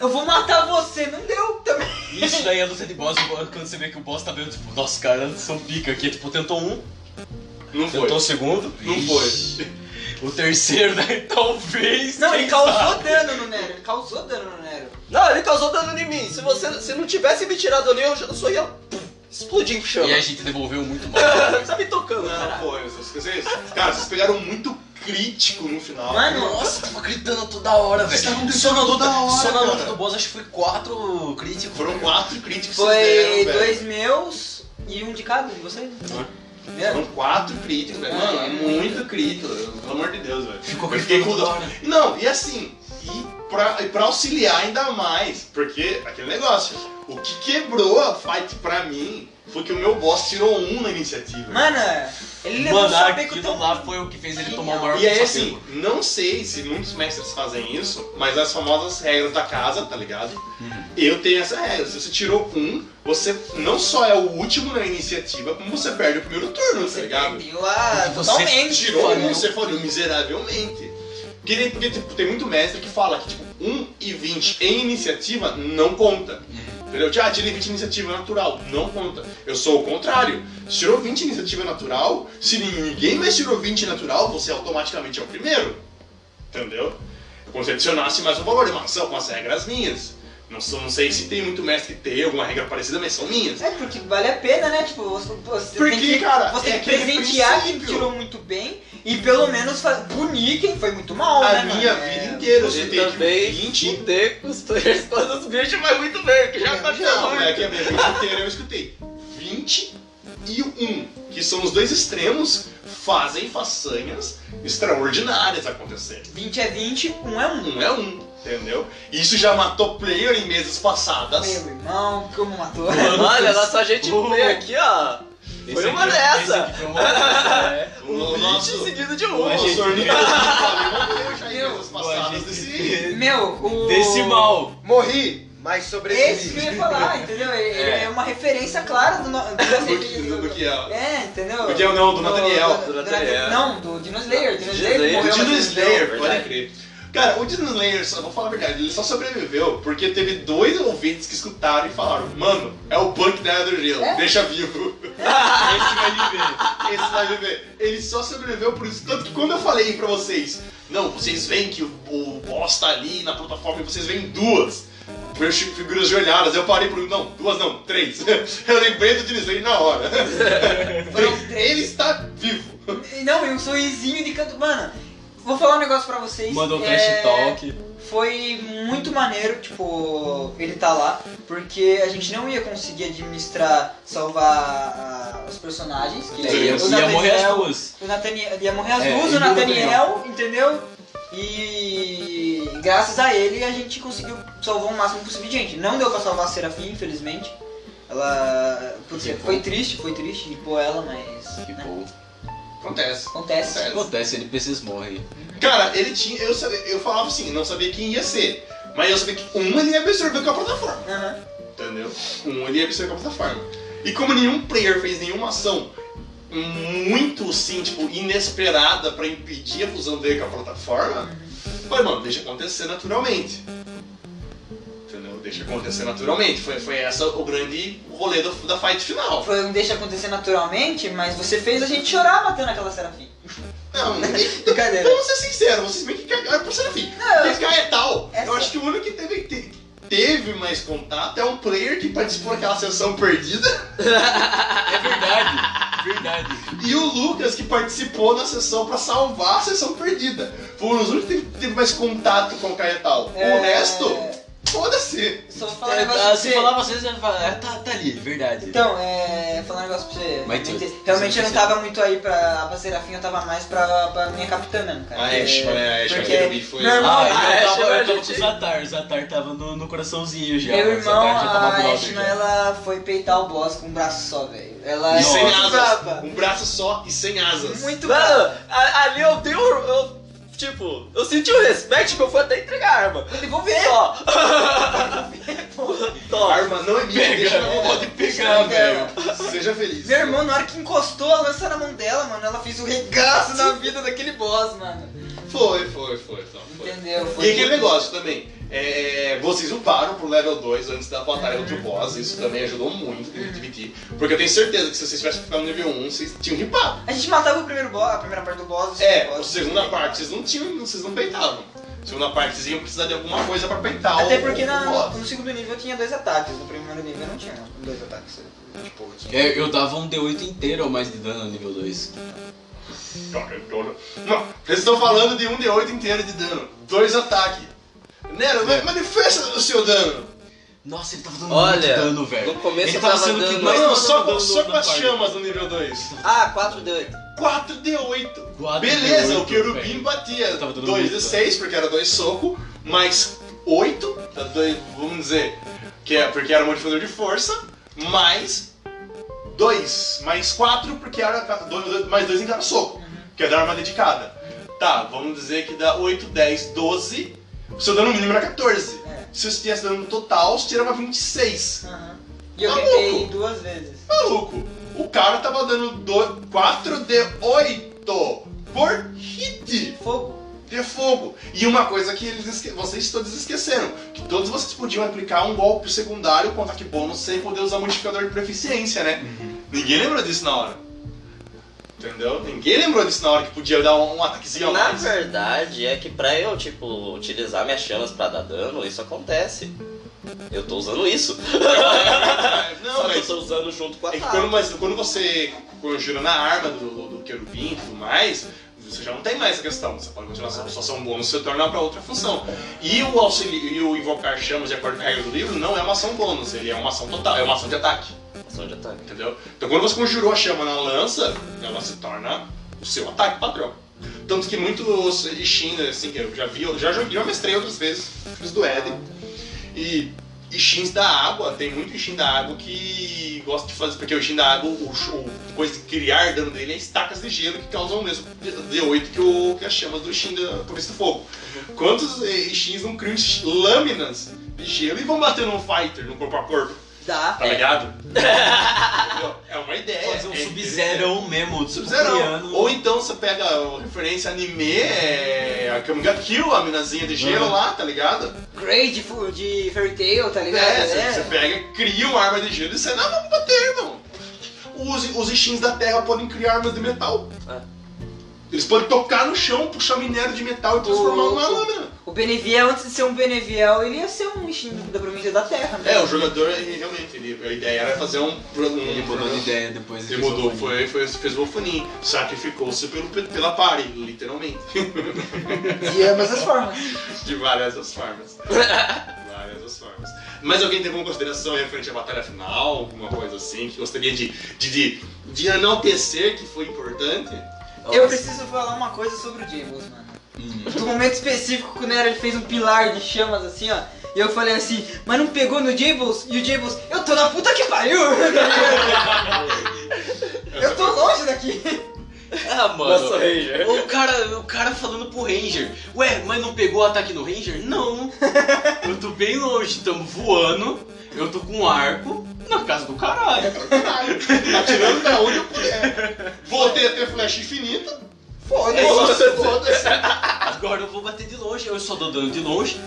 Speaker 4: Eu vou matar você, não deu também!
Speaker 3: Isso daí é luta de boss, quando você vê que o boss tá vendo, tipo, nossa, cara, são pica aqui. Tipo, tentou um,
Speaker 1: Não foi.
Speaker 3: tentou o segundo.
Speaker 1: Não
Speaker 3: Ixi. O terceiro, daí talvez.
Speaker 4: Não, ele
Speaker 3: quem
Speaker 4: causou
Speaker 3: sabe?
Speaker 4: dano no Nero, ele causou dano no Nero.
Speaker 2: Não, ele causou dano em mim. Se você se não tivesse me tirado ali, eu já- eu só ia pum, explodir em chama.
Speaker 3: E a gente devolveu muito mal. depois.
Speaker 2: Tá me tocando,
Speaker 1: Não
Speaker 2: cara.
Speaker 1: foi. Vocês, vocês- cara, vocês pegaram muito crítico no final.
Speaker 4: Mano,
Speaker 3: Nossa, tava gritando toda hora,
Speaker 1: Vocês
Speaker 3: velho.
Speaker 1: estavam
Speaker 3: Só na
Speaker 1: gritando
Speaker 3: luta,
Speaker 1: toda hora,
Speaker 3: só na luta
Speaker 1: cara.
Speaker 3: do boss, acho que foi quatro críticos.
Speaker 1: foram quatro críticos que vocês
Speaker 4: foi
Speaker 1: deram, velho.
Speaker 4: dois meus e um de cada de vocês. Entendeu?
Speaker 1: Foram quatro críticos, velho. Mano, é muito crítico, pelo amor de Deus, velho.
Speaker 3: Ficou
Speaker 1: Eu fiquei com
Speaker 3: gritando toda
Speaker 1: dó.
Speaker 3: hora.
Speaker 1: Não, e assim, e pra, e pra auxiliar ainda mais, porque aquele negócio, o que quebrou a fight pra mim foi que o meu boss tirou um na iniciativa.
Speaker 4: Mano, ele levou um
Speaker 3: Mano,
Speaker 4: sapeco
Speaker 3: aquilo
Speaker 4: tão. é
Speaker 3: lá foi o que fez ele tomar o
Speaker 4: Genial.
Speaker 3: maior
Speaker 1: E aí,
Speaker 3: sapeco.
Speaker 1: assim, não sei se muitos mestres fazem isso, mas as famosas regras da casa, tá ligado?
Speaker 3: Uhum.
Speaker 1: Eu tenho essa regra. Se você tirou um, você não só é o último na iniciativa, como você perde o primeiro turno, tá
Speaker 4: Você
Speaker 1: ligado?
Speaker 4: perdeu a.
Speaker 3: Você
Speaker 4: Totalmente.
Speaker 1: tirou
Speaker 4: entendeu?
Speaker 1: um, você falhou miseravelmente. Porque, tem- porque, tipo, tem muito mestre que fala que tipo, 1 e 20 em iniciativa não conta. Entendeu? Ah, tirei 20 em iniciativa natural, não conta. Eu sou o contrário. Se tirou 20 em iniciativa natural, se ninguém mais tirou 20 em natural, você automaticamente é o primeiro. Entendeu? É como se adicionasse mais um valor, mas são com as regras minhas. Não, sou, não sei se tem muito mestre que tem alguma regra parecida, mas são minhas.
Speaker 4: É, porque vale a pena, né? Tipo, você, você
Speaker 1: Porque,
Speaker 4: tem que,
Speaker 1: cara,
Speaker 4: você
Speaker 1: é
Speaker 4: tem que
Speaker 1: aquele
Speaker 4: presentear quem
Speaker 1: princípio. Uhum.
Speaker 4: tirou muito bem e pelo menos fa- punir quem foi muito mal,
Speaker 1: A
Speaker 4: né?
Speaker 1: minha
Speaker 4: mano? É,
Speaker 1: vida inteira, você
Speaker 2: E
Speaker 1: tem tipo, que
Speaker 2: também
Speaker 1: 20.
Speaker 2: fuder com os players quando os bichos vai muito bem, que já tá
Speaker 1: Não,
Speaker 2: muito.
Speaker 1: é que a minha vida inteira eu escutei. 20 e 1, que são os dois extremos, fazem façanhas extraordinárias acontecerem.
Speaker 4: 20 é 20, 1 é 1.
Speaker 1: Um é um, entendeu? Isso já matou player em mesas passadas.
Speaker 4: Meu irmão, como matou.
Speaker 2: Olha, nossa gente
Speaker 3: Uh.
Speaker 2: play aqui, ó.
Speaker 3: é
Speaker 2: Foi uma dessa.
Speaker 1: O
Speaker 2: Um bicho
Speaker 1: nosso.
Speaker 2: seguido de
Speaker 1: é O
Speaker 2: um.
Speaker 3: Agente-
Speaker 1: professor Nicolas Paulo já em mesas passadas desse.
Speaker 4: Meu, o.
Speaker 3: Decimal.
Speaker 5: Morri, mas sobrevivi.
Speaker 4: Esse que eu ia falar, entendeu? Ele ele
Speaker 3: É.
Speaker 4: é, uma referência clara do. No... do
Speaker 1: Do que- do- do que é.
Speaker 4: É, entendeu?
Speaker 1: Do que é não, do Nathaniel.
Speaker 4: Do- do-
Speaker 2: Do Nathaniel.
Speaker 4: Não, do Dino Slayer. Dino
Speaker 2: Dino
Speaker 4: Slayer
Speaker 2: Slayer.
Speaker 1: O
Speaker 4: morreu,
Speaker 1: Dino
Speaker 4: mas-
Speaker 1: Slayer, pode
Speaker 2: verdade.
Speaker 1: crer. Cara, o Dino Slayer, só vou falar a verdade, ele só sobreviveu porque teve dois ouvintes que escutaram e falaram: Mano, é o Punk da Era do Gelo,
Speaker 4: É?
Speaker 1: deixa vivo.
Speaker 3: Esse vai viver.
Speaker 1: Esse vai viver. Ele só sobreviveu por isso. Tanto que quando eu falei pra vocês, não, vocês veem que o, o boss tá ali na plataforma e vocês veem duas fi- figuras de olhadas. Eu parei por não, duas não, três. Eu lembrei do Dino Slayer na hora.
Speaker 4: Foram
Speaker 1: Falei,
Speaker 4: três.
Speaker 1: ele está vivo.
Speaker 4: Não, e um sorrisinho de canto. Mano, vou falar um negócio pra vocês.
Speaker 3: Mandou trash
Speaker 4: É,
Speaker 3: talk.
Speaker 4: Foi muito maneiro, tipo, ele tá lá, porque a gente não ia conseguir administrar, salvar ah, os personagens. Que
Speaker 1: Sim,
Speaker 4: ele-
Speaker 1: ia
Speaker 4: é o
Speaker 3: Ia morrer as
Speaker 4: Nathaniel-
Speaker 3: duas.
Speaker 4: O Nathaniel, ia morrer as
Speaker 3: É,
Speaker 4: duas,
Speaker 3: e
Speaker 4: o
Speaker 3: o
Speaker 4: Nathaniel, entendeu? E graças a ele a gente conseguiu salvar o máximo possível de gente. Não deu pra salvar a Serafim, infelizmente. Ela. Putz,
Speaker 3: Que
Speaker 4: foi triste, foi triste, ripou ela, mas.
Speaker 3: Que
Speaker 4: né,
Speaker 3: bom.
Speaker 1: Acontece.
Speaker 4: acontece.
Speaker 1: Acontece.
Speaker 3: Tipo, Acontece, NPCs morrem.
Speaker 1: Cara, ele tinha. Eu, sabia, eu falava assim, não sabia quem ia ser. Mas eu sabia que um ele ia absorver com a plataforma.
Speaker 4: Aham.
Speaker 1: Entendeu? Um ele ia absorver com a plataforma. E como nenhum player fez nenhuma ação muito assim, tipo, inesperada pra impedir a fusão dele com a plataforma, falei, mano, deixa acontecer naturalmente. Entendeu? Deixa acontecer naturalmente. Foi, foi essa o grande rolê do- da fight final.
Speaker 4: Foi um deixa acontecer naturalmente, mas você fez a gente chorar matando aquela Serafim.
Speaker 1: Não, ninguém.
Speaker 4: Brincadeira.
Speaker 1: Vamos ser sinceros, vocês meio que cagaram pro Serafim.
Speaker 4: É. Não,
Speaker 1: Esse cara é tal.
Speaker 4: Essa-
Speaker 1: Eu acho que o único que teve, te- teve mais contato é um player que participou daquela sessão perdida
Speaker 3: É verdade. Verdade.
Speaker 1: e o Lucas que participou da sessão pra salvar a sessão perdida. Foram os únicos que teve, teve mais contato com o Caetal.
Speaker 4: É.
Speaker 1: O resto, foda-se.
Speaker 4: Só vou falar um
Speaker 3: É,
Speaker 1: ah,
Speaker 4: negócio
Speaker 3: tá,
Speaker 4: pra
Speaker 3: se
Speaker 4: você.
Speaker 3: falar vocês, ia falar, "Ah, tá, tá ali, verdade.
Speaker 4: Então, é. Falar um negócio pra você.
Speaker 3: Mas tu-
Speaker 4: realmente, realmente eu não
Speaker 3: você-
Speaker 4: tava muito aí pra, pra Serafim, eu tava mais pra, pra minha capitã mesmo, cara.
Speaker 1: Ah, é,
Speaker 4: É, Porque- porque meu irmão,
Speaker 3: ah,
Speaker 2: Ah,
Speaker 3: eu, tava,
Speaker 2: é,
Speaker 3: eu tava
Speaker 2: gente.
Speaker 3: com o Zatar, o Zatar tava no, no coraçãozinho já.
Speaker 4: meu
Speaker 3: o
Speaker 4: irmão,
Speaker 3: Zatar já tava
Speaker 4: a
Speaker 3: brother
Speaker 4: Ashna,
Speaker 3: já.
Speaker 4: ela foi peitar o boss com um braço só, velho. Ela
Speaker 1: Ah, E
Speaker 4: é
Speaker 3: Nossa.
Speaker 1: sem
Speaker 4: muito
Speaker 1: asas.
Speaker 4: braba.
Speaker 1: Um braço só e sem asas.
Speaker 4: Muito braba.
Speaker 2: Mano, a- ali eu dei um. eu- tipo, eu senti o respeito que eu fui até entregar a arma.
Speaker 4: Vou devolver.
Speaker 2: Ó.
Speaker 1: A
Speaker 2: Tó.
Speaker 1: arma não é minha,
Speaker 3: Pega.
Speaker 1: deixa eu pode pegar,
Speaker 4: Pega.
Speaker 1: velho. Seja feliz.
Speaker 4: Meu irmão, na hora que encostou a lança na mão dela, mano, ela fez o regaço na vida daquele boss, mano.
Speaker 1: Foi, foi, foi. Então, foi.
Speaker 4: Entendeu? Foi
Speaker 1: E aquele negócio também, é, vocês uparam pro level 2 antes da batalha do boss, isso também ajudou muito de dividir. Porque eu tenho certeza que se vocês tivessem ficado no nível 1, vocês tinham ripado.
Speaker 4: A gente matava o primeiro boss, a primeira parte do boss. o segundo
Speaker 1: É, a
Speaker 4: boss.
Speaker 1: segunda parte vocês não tinham, vocês não peitavam. Segunda parte vocês iam precisar de alguma coisa pra peitar o-
Speaker 4: Até porque
Speaker 1: o
Speaker 4: na-
Speaker 1: boss.
Speaker 4: no segundo nível tinha dois ataques, no primeiro nível não tinha dois ataques. Tipo, tinha-
Speaker 3: É, eu dava um D8 inteiro ou mais de dano no nível 2.
Speaker 1: Não, vocês estão falando de 1 de 8 inteiro de dano, dois ataques. Nero,
Speaker 3: É.
Speaker 1: manifesta o seu dano.
Speaker 3: Nossa, ele tava dando muito
Speaker 2: Olha,
Speaker 3: dano, velho.
Speaker 2: no começo
Speaker 3: ele
Speaker 2: eu
Speaker 3: tava
Speaker 2: tava
Speaker 3: sendo
Speaker 2: dando-
Speaker 3: que
Speaker 1: Não,
Speaker 3: mais
Speaker 1: não,
Speaker 3: tava
Speaker 1: só,
Speaker 3: dando
Speaker 1: só
Speaker 3: na
Speaker 1: com as
Speaker 3: parte.
Speaker 1: chamas no nível 2.
Speaker 2: Ah, 4 de 8.
Speaker 1: 4 de 8.
Speaker 3: Quatro
Speaker 1: Beleza,
Speaker 3: D8,
Speaker 1: o querubim
Speaker 3: velho.
Speaker 1: batia
Speaker 3: Tava dando
Speaker 1: 2
Speaker 3: muito,
Speaker 1: de
Speaker 3: tá?
Speaker 1: 6, porque era 2 soco, mais 8, vamos dizer, que é porque era um modificador de força, mais 2, mais 4, porque era ca- dois- dois- mais 2 em cada soco, que é da arma dedicada. Tá, vamos dizer que dá 8, 10, 12, o seu dano mínimo era 14.
Speaker 4: É.
Speaker 1: Se você tivesse dano total, você tirava 26.
Speaker 4: Aham. E eu
Speaker 1: Tá
Speaker 4: ganhei
Speaker 1: louco?
Speaker 4: duas vezes.
Speaker 1: Maluco, o cara tava dando 4 de 8 por hit.
Speaker 4: Fogo.
Speaker 1: de fogo. E uma coisa que eles esque- vocês todos esqueceram, que todos vocês podiam aplicar um golpe secundário com ataque bônus sem poder usar modificador de proficiência, né? Ninguém lembrou disso na hora. Entendeu? Ninguém lembrou disso na hora que podia dar um, um ataquezinho a
Speaker 2: Na
Speaker 1: mais.
Speaker 2: verdade, é que pra eu, tipo, utilizar minhas chamas pra dar dano, isso acontece. Eu tô usando isso.
Speaker 1: Não,
Speaker 2: Só que eu
Speaker 1: mas
Speaker 2: tô usando junto com a
Speaker 1: É que
Speaker 2: tábua.
Speaker 1: quando, mas quando você conjura na arma do, do, do querubim e tudo mais, você já não tem mais essa questão. Você pode continuar sendo só ser um bônus, você torna pra outra função. E o auxílio, e o invocar chamas de acordo com a regra do livro não é uma ação bônus, ele é uma ação total, é uma ação de ataque,
Speaker 2: Ação de ataque.
Speaker 1: entendeu? Então quando você conjurou a chama na lança, ela se torna o seu ataque padrão. Tanto que muitos Ishin, assim, que eu já vi, eu já joguei, já mestrei outras vezes, fiz do Eden. E Ixins da água, tem muito Ixin da água que gosta de fazer, porque o Ixin da água, o, show- coisa de criar dano dele é estacas de gelo que causam o mesmo D8 que, o, que as chamas do Ixin da Polícia do Fogo. Quantos eh, Ixins não criam lâminas de gelo e vão bater num fighter, no corpo a corpo,
Speaker 4: Dá.
Speaker 1: tá ligado? Entendeu? é uma ideia.
Speaker 3: Fazer um
Speaker 1: é
Speaker 3: Sub-Zero mesmo,
Speaker 1: Sub-Zero.
Speaker 3: coreano.
Speaker 1: Ou então você pega a referência anime, é, a Kamuga Kill, a minazinha de gelo
Speaker 3: Uhum.
Speaker 1: lá, tá ligado?
Speaker 4: Grey de, fu- de Fairy Tail, tá ligado?
Speaker 1: É, você-
Speaker 4: né?
Speaker 1: você pega, cria uma arma de gelo e você, não, vamos bater, irmão. Os, os Ixins da Terra podem criar armas de metal.
Speaker 2: É.
Speaker 1: Eles podem tocar no chão, puxar minério de metal e transformar
Speaker 4: Ô,
Speaker 1: numa
Speaker 4: ô.
Speaker 1: lâmina.
Speaker 4: O Beneviel, antes de ser um Beneviel, ele ia ser um Ishin da província da Terra, né?
Speaker 1: É, o jogador, ele, realmente, ele, a ideia era fazer um... um
Speaker 3: Ele mudou de ideia depois. um
Speaker 1: Ele mudou, foi, foi, fez o Wolfanin. Sacrificou-se pelo- pela pare, literalmente.
Speaker 4: De ambas as formas.
Speaker 1: De várias as formas. várias as formas. Mas alguém teve alguma consideração referente à batalha final, alguma coisa assim, que gostaria de, de, de, de enaltecer que foi importante?
Speaker 4: Eu preciso falar uma coisa sobre o Jables, mano.
Speaker 3: Hum.
Speaker 4: No momento específico que o Nero ele fez um pilar de chamas assim, ó. E eu falei assim, mas não pegou no Jables? E o Jables, eu tô na puta que pariu! eu tô longe daqui!
Speaker 3: Ah, mano.
Speaker 2: Nossa, Ranger.
Speaker 3: O cara, o cara falando pro Ranger, ué, mas não pegou o ataque no Ranger? Não. Eu tô bem longe, tamo voando, eu tô com um arco na casa do caralho.
Speaker 1: Atirando Tá da onde eu puder. Voltei a ter flecha infinita.
Speaker 3: É
Speaker 4: Foda-se!
Speaker 1: Foda-se, foda-se.
Speaker 3: Agora eu vou bater de longe, eu só dou dano de longe,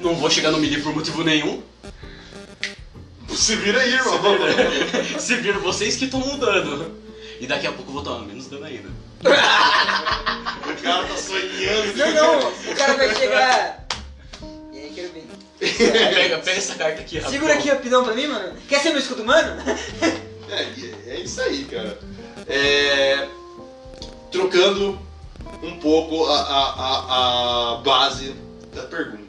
Speaker 3: não vou chegar no melee por motivo nenhum.
Speaker 1: Se vira aí, irmão.
Speaker 3: Se viram vocês que tomam dano. E daqui a pouco eu vou tomar menos dano ainda.
Speaker 1: O cara tá sonhando.
Speaker 4: Não, não! O cara vai chegar. E aí, quero bem.
Speaker 3: Pega, pega essa carta aqui, rapidão.
Speaker 4: Segura aqui rapidão pra mim, mano. Quer ser meu escudo humano?
Speaker 1: É, e é isso aí, cara. É, trocando um pouco a, a, a, a base da pergunta.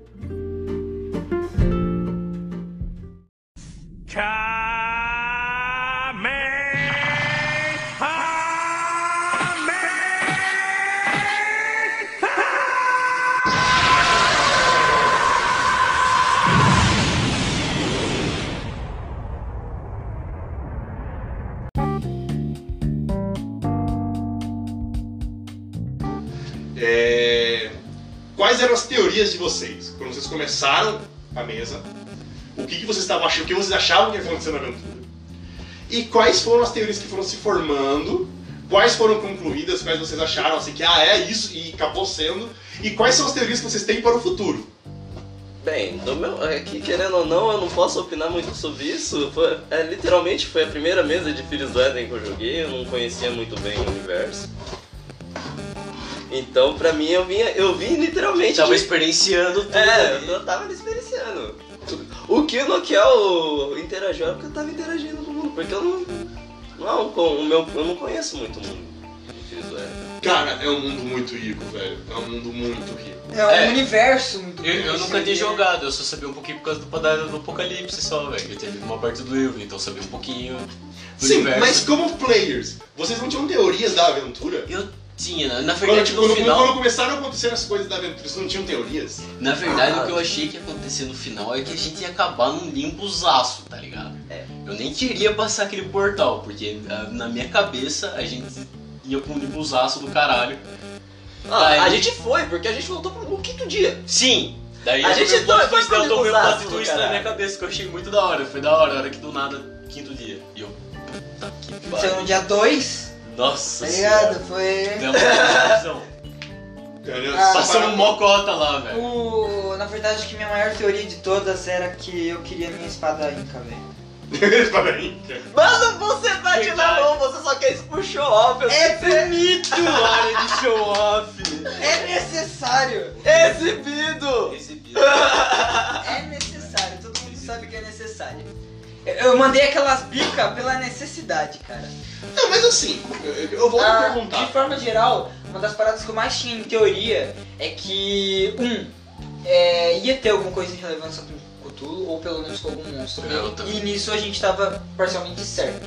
Speaker 1: É, Quais eram as teorias de vocês quando vocês começaram a mesa? O que, que vocês estavam achando? O que vocês achavam que ia acontecer na aventura? E quais foram as teorias que foram se formando? Quais foram concluídas? Quais vocês acharam assim que ah é isso e acabou sendo? E quais são as teorias que vocês têm para o futuro?
Speaker 2: Bem, no meu, é que, querendo ou não, eu não posso opinar muito sobre isso. Foi- é, literalmente foi a primeira mesa de Filhos do Éden que eu joguei, eu não conhecia muito bem o universo. Então, pra mim, eu vinha, eu vim literalmente.
Speaker 1: Tá
Speaker 3: Tava
Speaker 2: de-
Speaker 3: experienciando tudo.
Speaker 2: É,
Speaker 3: ali.
Speaker 2: eu tava experienciando. O que o Nokiel interagiu é porque eu tava interagindo com o mundo, porque eu não. Não, com o meu, eu não conheço muito o mundo de Filhos do Éden.
Speaker 1: Cara, é um mundo muito rico, velho. É um mundo muito rico.
Speaker 4: É um
Speaker 3: É.
Speaker 4: universo muito
Speaker 3: Eu, eu
Speaker 4: grande,
Speaker 3: nunca tinha
Speaker 4: né?
Speaker 3: jogado, eu só sabia um pouquinho por causa do Padalho do Apocalipse só, velho. Eu tinha lido uma parte do livro, então eu sabia um pouquinho do
Speaker 1: Sim,
Speaker 3: universo.
Speaker 1: mas como players, vocês não tinham teorias da aventura?
Speaker 3: Eu tinha, na, na
Speaker 1: Quando,
Speaker 3: verdade
Speaker 1: tipo,
Speaker 3: no
Speaker 1: quando, quando
Speaker 3: final.
Speaker 1: começaram a acontecer as coisas da aventura, vocês não tinham teorias?
Speaker 3: Na verdade
Speaker 2: Ah.
Speaker 3: o que eu achei que ia acontecer no final é que a gente ia acabar num limbozaço, tá ligado?
Speaker 2: É.
Speaker 3: Eu nem queria passar aquele portal, porque ah, na minha cabeça a gente ia pra um limbozaço do caralho.
Speaker 2: Ah,
Speaker 3: Aí-
Speaker 2: a gente foi, porque a gente voltou pro no quinto dia.
Speaker 3: Sim! Daí
Speaker 2: A gente
Speaker 3: eu tomei um
Speaker 2: foi
Speaker 3: plot twist,
Speaker 2: pro
Speaker 3: eu tomei um plot
Speaker 2: limbozaço do
Speaker 3: twist na minha
Speaker 2: caralho.
Speaker 3: cabeça, que eu achei muito da hora, foi da hora, a hora que do nada, quinto dia. E eu, puta que
Speaker 4: Então,
Speaker 3: pariu.
Speaker 4: no dia 2,
Speaker 3: Nossa
Speaker 4: tá
Speaker 3: senhora.
Speaker 4: ligado? Foi.
Speaker 3: Deu uma confusão.
Speaker 1: Entendeu? Só
Speaker 4: Ah,
Speaker 3: Passou
Speaker 1: para-
Speaker 3: um mocota lá, velho.
Speaker 4: O... Na verdade, acho que minha maior teoria de todas era que eu queria minha espada Inca, velho.
Speaker 1: Para aí, cara.
Speaker 2: Mano, você bate na
Speaker 3: Verdade.
Speaker 2: mão, você só quer expulsar o óbvio.
Speaker 4: É bonito!
Speaker 3: Hora de show off.
Speaker 4: é necessário!
Speaker 2: Exibido!
Speaker 3: Exibido.
Speaker 4: É necessário, todo mundo sabe que é necessária. Eu- Eu mandei aquelas bicas pela necessidade, cara.
Speaker 1: Não, mas assim, eu, eu vou
Speaker 4: Ah,
Speaker 1: me perguntar.
Speaker 4: De forma geral, uma das paradas que eu mais tinha em teoria é que, um, é, ia ter alguma coisa em relevância com Cthulhu, ou pelo menos com algum monstro
Speaker 3: Eu
Speaker 4: dele,
Speaker 3: também.
Speaker 4: e nisso a gente tava parcialmente certo.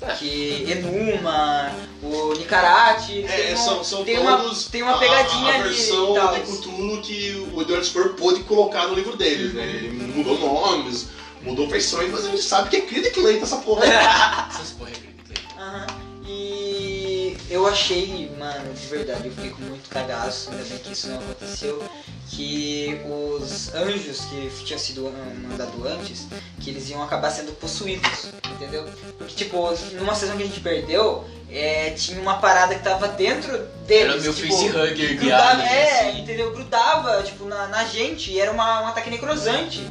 Speaker 1: É.
Speaker 2: Tá.
Speaker 4: Que Enuma, o Nicarate,
Speaker 1: É,
Speaker 4: tem, um-
Speaker 1: são, são
Speaker 4: tem uma,
Speaker 1: todos
Speaker 4: tem uma
Speaker 1: a,
Speaker 4: pegadinha
Speaker 1: a, a
Speaker 4: ali
Speaker 1: versão
Speaker 4: e tal.
Speaker 1: de Cthulhu que o Edward Spur pôde colocar no livro dele, né? Ele mudou nomes, mudou versões, mas a gente sabe que é Creed Clayton essa porra.
Speaker 3: Essas porra é Clayton.
Speaker 4: Aham. E eu achei, mano, de verdade, eu fiquei com muito cagaço, ainda bem que isso não aconteceu, que os anjos que tinham sido ah, mandado antes, que eles iam acabar sendo possuídos, entendeu? Porque, tipo, numa sessão que a gente perdeu, é, tinha uma parada que tava dentro deles,
Speaker 3: Era meu
Speaker 4: tipo,
Speaker 3: facehugger
Speaker 4: grudava,
Speaker 3: grave.
Speaker 4: é,
Speaker 3: assim.
Speaker 4: entendeu? Grudava, tipo, na, na gente, e era uma, um ataque necrosante.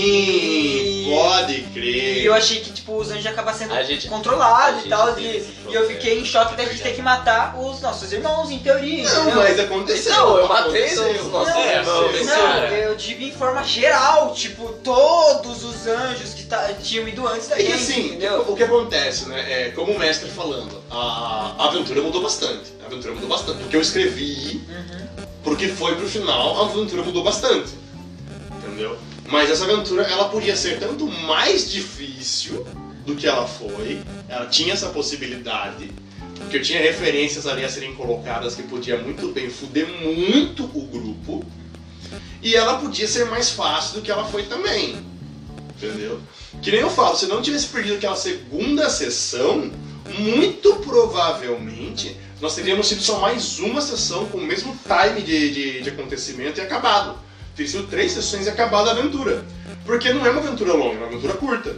Speaker 1: Sim, pode
Speaker 4: E
Speaker 1: crer.
Speaker 4: eu achei que, tipo, os anjos iam acabar sendo
Speaker 2: A gente- a
Speaker 4: controlados
Speaker 2: gente
Speaker 4: e tal,
Speaker 2: teve
Speaker 4: e-
Speaker 2: esse
Speaker 4: tá assim, e eu
Speaker 2: problema.
Speaker 4: fiquei em choque da gente ter que matar os nossos irmãos, em teoria.
Speaker 1: Não,
Speaker 4: entendeu?
Speaker 1: mas é aconteceu.
Speaker 2: Não, eu matei
Speaker 1: Aconteceu.
Speaker 2: os
Speaker 4: Não,
Speaker 2: nossos
Speaker 3: É,
Speaker 2: irmãos.
Speaker 3: aconteceu.
Speaker 4: não,
Speaker 3: cara.
Speaker 4: eu digo em forma geral, tipo, todos os anjos que ta- tinham ido antes da
Speaker 1: É que
Speaker 4: gente,
Speaker 1: assim,
Speaker 4: entendeu?
Speaker 1: o que acontece, né? É, como o mestre falando, a a aventura mudou bastante. A aventura mudou bastante. O que eu escrevi,
Speaker 4: Uhum.
Speaker 1: pro que foi pro final, a aventura mudou bastante. Entendeu? Mas essa aventura, ela podia ser tanto mais difícil do que ela foi. Ela tinha essa possibilidade. Porque eu tinha referências ali a serem colocadas que podia muito bem fuder muito o grupo. E ela podia ser mais fácil do que ela foi também. Entendeu? Que nem eu falo, se não tivesse perdido aquela segunda sessão, muito provavelmente nós teríamos tido só mais uma sessão com o mesmo time de, de, de acontecimento e acabado. Teria sido três sessões e acabado a aventura. Porque não é uma aventura longa, é uma aventura curta.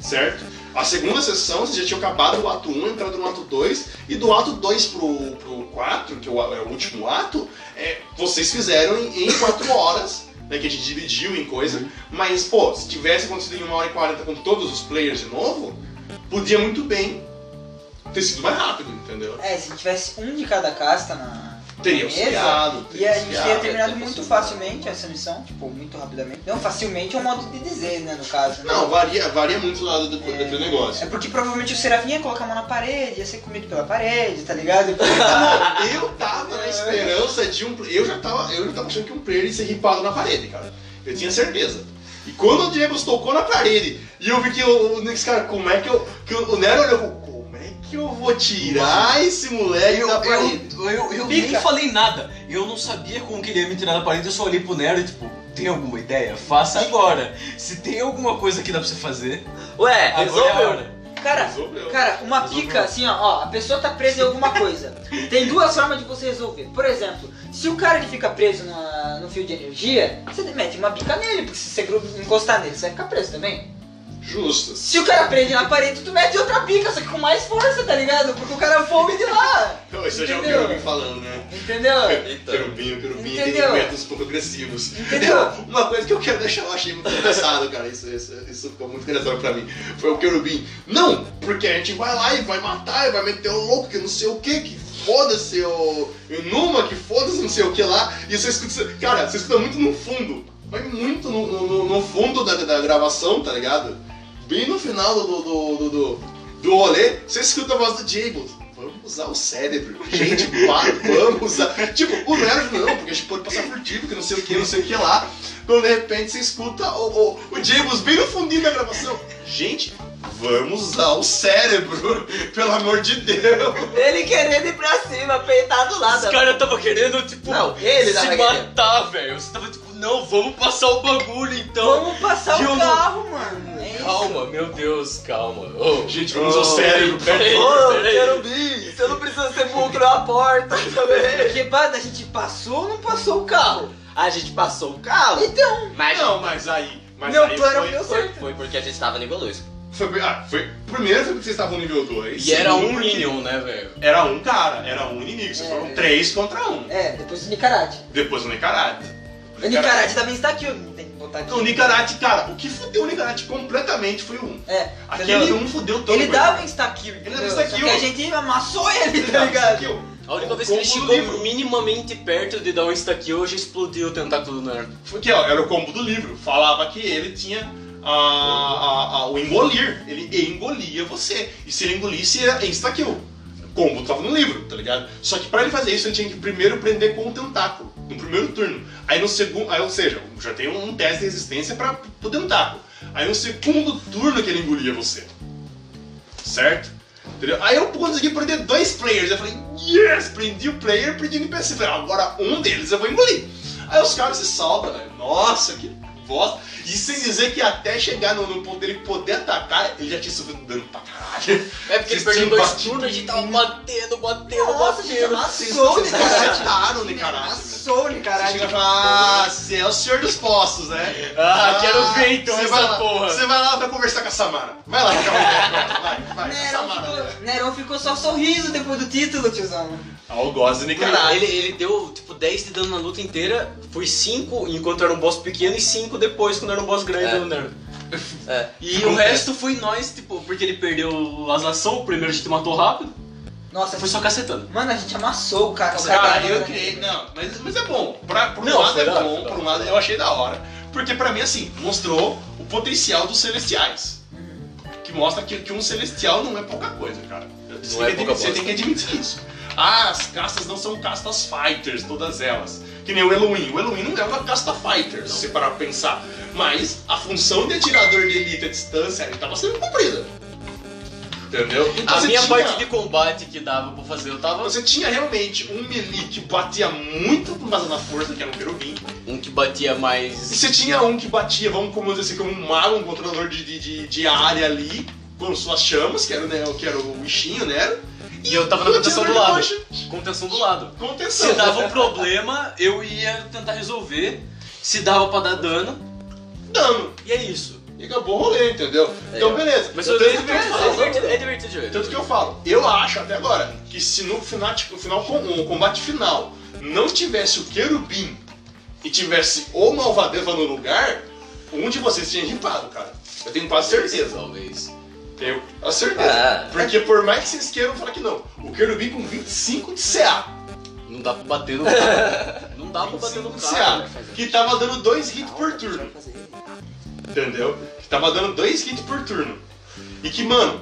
Speaker 1: Certo? A segunda sessão vocês já tinham acabado o ato 1, entrado no ato 2, e do ato 2 pro, pro 4, que é o, é o último ato, é, vocês fizeram em, em 4 horas, né, que a gente dividiu em coisa, mas, pô, se tivesse acontecido em 1 hora e 40 com todos os players de novo, podia muito bem ter sido mais rápido, entendeu?
Speaker 4: É, se tivesse um de cada casta na.
Speaker 1: Teria
Speaker 4: na mesa,
Speaker 1: auxiliado,
Speaker 4: E
Speaker 1: teria
Speaker 4: a gente teria
Speaker 1: auxiliado.
Speaker 4: terminado
Speaker 2: teria
Speaker 1: é
Speaker 4: muito
Speaker 2: conseguido.
Speaker 4: facilmente essa missão, tipo, muito rapidamente. Não, facilmente é um modo de dizer, né, no caso. né?
Speaker 1: Não, varia, varia muito do lado do, do negócio.
Speaker 4: É porque provavelmente o Serafim ia colocar a mão na parede, ia ser comido pela parede, tá ligado?
Speaker 1: Não, eu tava na esperança de um. Eu já tava, eu já tava achando que um player ia ser ripado na parede, cara. Eu tinha certeza. E quando o Diego tocou na parede, e eu vi que o o Nix, cara, como é que eu. Que o o Nero olhou como é que eu vou tirar esse moleque
Speaker 6: Tá
Speaker 3: Eu,
Speaker 1: da parede?
Speaker 3: eu, eu, eu
Speaker 4: Pica.
Speaker 3: nem falei nada. Eu não sabia como que ele ia me tirar da parede, eu só olhei pro Nero e tipo, tem alguma ideia? Faça agora. Se tem alguma coisa que dá pra você fazer,
Speaker 2: Ué,
Speaker 3: agora é a
Speaker 2: resolveu.
Speaker 3: hora.
Speaker 4: Cara,
Speaker 1: Resolveu.
Speaker 4: Cara, uma
Speaker 3: Resolveu.
Speaker 4: pica, assim, ó, ó, a pessoa tá presa em alguma coisa. Tem duas formas de você resolver. Por exemplo, se o cara ele fica preso na- no fio de energia, você mete uma pica nele, porque se você gru- encostar nele, você vai ficar preso também.
Speaker 1: Justas.
Speaker 4: Se o cara prende na parede, tu mete outra pica, só que com mais força, tá ligado? Porque o cara foi de lá,
Speaker 1: Não, isso eu já ouvi
Speaker 4: Entendeu?
Speaker 1: alguém falando, né?
Speaker 4: entendeu?
Speaker 2: Então,
Speaker 1: Querubinho, querubinho tem
Speaker 4: Entendeu?
Speaker 1: métodos pouco agressivos.
Speaker 4: Entendeu?
Speaker 1: Uma coisa que eu quero deixar, eu achei muito engraçado, cara. Isso, isso, isso ficou muito engraçado pra mim. Foi o querubim. Não, porque a gente vai lá e vai matar, e vai meter o louco, que não sei o que, que foda-se o. o Numa, que foda-se não sei o que lá. E você escuta. isso- Cara, você escuta muito no fundo. Mas muito no, no- no fundo da, da gravação, tá ligado? Bem no final do, do, do, do, do rolê, você escuta a voz do Jables. Vamos usar o cérebro. Gente, pá, vamos usar. Tipo, o Nero não, porque a gente pode passar furtivo, que não sei o que, não sei o que lá. Quando de repente você escuta o, o, o James bem no fundinho da gravação. Gente, vamos usar o cérebro, pelo amor de Deus.
Speaker 2: ele querendo ir pra cima, peitar do
Speaker 3: Os
Speaker 2: lado.
Speaker 3: caras tava querendo, tipo,
Speaker 2: Não, ele tava
Speaker 3: se
Speaker 2: querendo.
Speaker 3: matar, velho. Você tava tipo, não, vamos passar o bagulho então.
Speaker 4: Vamos passar
Speaker 3: eu
Speaker 4: o
Speaker 1: um
Speaker 3: não-
Speaker 4: carro, mano. É isso.
Speaker 3: Calma, meu Deus, calma. Ô,
Speaker 1: Gente, vamos usar o cérebro, pelo
Speaker 3: peraí.
Speaker 2: Ô, um querubim, você não precisa ser burro na porta também.
Speaker 4: Porque, bada, a gente passou ou não passou o carro?
Speaker 2: A gente passou o carro.
Speaker 4: Então,
Speaker 2: Mas
Speaker 1: Não, mas aí. Mas
Speaker 4: meu
Speaker 1: aí
Speaker 4: plano
Speaker 1: foi,
Speaker 4: deu
Speaker 2: foi,
Speaker 4: certo.
Speaker 2: foi porque a gente tava nível 2.
Speaker 1: foi, ah, foi- Primeiro foi porque vocês estavam nível 2.
Speaker 3: E era um Minion, né, velho?
Speaker 1: Era um cara, era um inimigo. Vocês
Speaker 4: É.
Speaker 1: foram três contra um.
Speaker 4: É, depois o Nicarate.
Speaker 1: Depois um o Nicarate.
Speaker 4: O Nicarate também está aqui, eu- tem que botar aqui.
Speaker 1: Então, O Nicarate, cara, o que fudeu o Nicarate completamente foi um.
Speaker 4: É,
Speaker 1: Aquele
Speaker 4: entendeu?
Speaker 1: um fudeu todo
Speaker 4: Ele
Speaker 1: mundo.
Speaker 4: dava um insta kill,
Speaker 1: dava
Speaker 4: entendeu?
Speaker 1: insta
Speaker 4: Só
Speaker 1: kill.
Speaker 4: que a gente amassou ele,
Speaker 1: Ele
Speaker 4: tá
Speaker 1: dava
Speaker 4: ligado?
Speaker 1: skill.
Speaker 6: A única vez que
Speaker 1: combo
Speaker 6: ele
Speaker 1: do
Speaker 6: chegou
Speaker 1: livro.
Speaker 6: minimamente perto de dar um estaquio, já explodiu o tentáculo do Naruto.
Speaker 1: Porque ó, era o combo do livro. Falava que ele tinha a, a- a- o engolir. Ele engolia você. E se ele engolisse, era insta-kill. O combo tava no livro, tá ligado? Só que pra ele fazer isso, ele tinha que primeiro prender com o tentáculo. No primeiro turno. Aí no segundo. Aí, ou seja, já tem um teste de resistência pra, pro tentáculo. Aí no segundo turno que ele engolia você. Certo? Entendeu? Aí eu consegui prender dois players. Eu falei, yes! Prendi o player, prendi o NPC. Falei, agora um deles eu vou engolir. Aí os caras se salvam, velho. Nossa, que bosta. E sem dizer que até chegar no, no ponto dele poder atacar, ele já tinha sofrido dano pra caralho.
Speaker 6: É porque ele
Speaker 1: Vocês
Speaker 6: perdeu
Speaker 1: tinham
Speaker 6: dois
Speaker 1: batido.
Speaker 6: turnos, a gente tava batendo, batendo, batendo.
Speaker 1: Vocês
Speaker 4: Sou de caralho.
Speaker 1: acertaram, né, caralho? Você
Speaker 4: Sou de caralho.
Speaker 1: chega e fala, ah, você é o senhor dos poços, né?
Speaker 6: Ah, quero ver então
Speaker 1: você
Speaker 6: essa
Speaker 1: vai lá-
Speaker 6: porra.
Speaker 1: Você vai lá pra conversar com a Samara. Vai lá, fica com vai, vai, vai,
Speaker 4: Nerão
Speaker 1: Samara. né?
Speaker 4: ficou, Nerão ficou só sorriso depois do título, tiozão.
Speaker 3: Ah,
Speaker 1: Algoz de
Speaker 6: Cara,
Speaker 1: Nicaragua.
Speaker 6: ele, ele deu tipo 10 de dano na luta inteira, foi 5 enquanto era um boss pequeno e 5 depois quando era um boss grande
Speaker 2: É.
Speaker 6: do Nerd.
Speaker 2: É.
Speaker 6: E o resto foi nós, tipo, porque ele perdeu as lação, o primeiro a gente matou rápido,
Speaker 4: Nossa,
Speaker 6: foi só cacetando.
Speaker 4: mano, a gente amassou o cara. o
Speaker 1: Cara,
Speaker 4: cara-
Speaker 1: Ah, eu criei. Não, mas, mas é bom. Pra, por um
Speaker 6: né? Não,
Speaker 1: lado
Speaker 6: foi
Speaker 1: é
Speaker 6: da hora,
Speaker 1: bom,
Speaker 6: foi da
Speaker 1: por um lado eu achei da hora. Porque pra mim, assim, mostrou o potencial dos celestiais. Que mostra que, que um celestial não é pouca coisa, cara. Você,
Speaker 2: é
Speaker 1: tem, que
Speaker 2: pouca
Speaker 1: admitir- você
Speaker 2: bosta.
Speaker 1: tem que admitir isso. Ah, as castas não são castas fighters, todas elas. Que nem o Elohim. O Elohim não é uma casta fighter, se você parar pra pensar. Mas a função de atirador de elite à distância, ele tava sendo cumprida. Entendeu? Então,
Speaker 6: a
Speaker 1: você
Speaker 6: minha
Speaker 1: tinha-
Speaker 6: parte de combate que dava pra fazer, eu tava.
Speaker 1: você tinha realmente um melee que batia muito por causa da força, que era um querubim.
Speaker 6: Um que batia
Speaker 1: E
Speaker 6: mais.
Speaker 1: você tinha um que batia, vamos como dizer assim, como um mago, um controlador de, de, de- de área ali, com suas chamas, que era, né, o Nero- que era o bichinho, né?
Speaker 6: E eu tava na
Speaker 1: o
Speaker 6: contenção do
Speaker 1: atirador
Speaker 6: lado.
Speaker 1: de
Speaker 6: Contenção do lado.
Speaker 1: Concha, contenção.
Speaker 6: Se dava um problema, eu ia tentar resolver. Se dava pra dar dano,
Speaker 1: Dano.
Speaker 6: e é isso.
Speaker 1: E acabou o rolê, entendeu? Então, beleza.
Speaker 6: Mas
Speaker 1: eu
Speaker 6: eu
Speaker 1: tanto,
Speaker 6: é
Speaker 1: que eu
Speaker 6: divertido, é
Speaker 1: falo,
Speaker 6: divertido, é divertido de ver.
Speaker 1: tanto que eu falo, eu acho até agora que se no final, tipo, no final com- o combate final não tivesse o querubim e tivesse o malvadeva no lugar, um de vocês tinha ripado, cara. Eu tenho quase certeza.
Speaker 2: Talvez.
Speaker 1: Tenho a certeza.
Speaker 2: Ah,
Speaker 1: Porque por mais que vocês queiram falar que não, o Querubim com 25 de CA,
Speaker 6: Não dá pra bater no cara. Não dá pra bater
Speaker 1: 25
Speaker 6: no
Speaker 1: de
Speaker 6: cara.
Speaker 1: CA, que tava dando dois hits por turno, entendeu? Que tava dando dois hits por turno. E que, mano,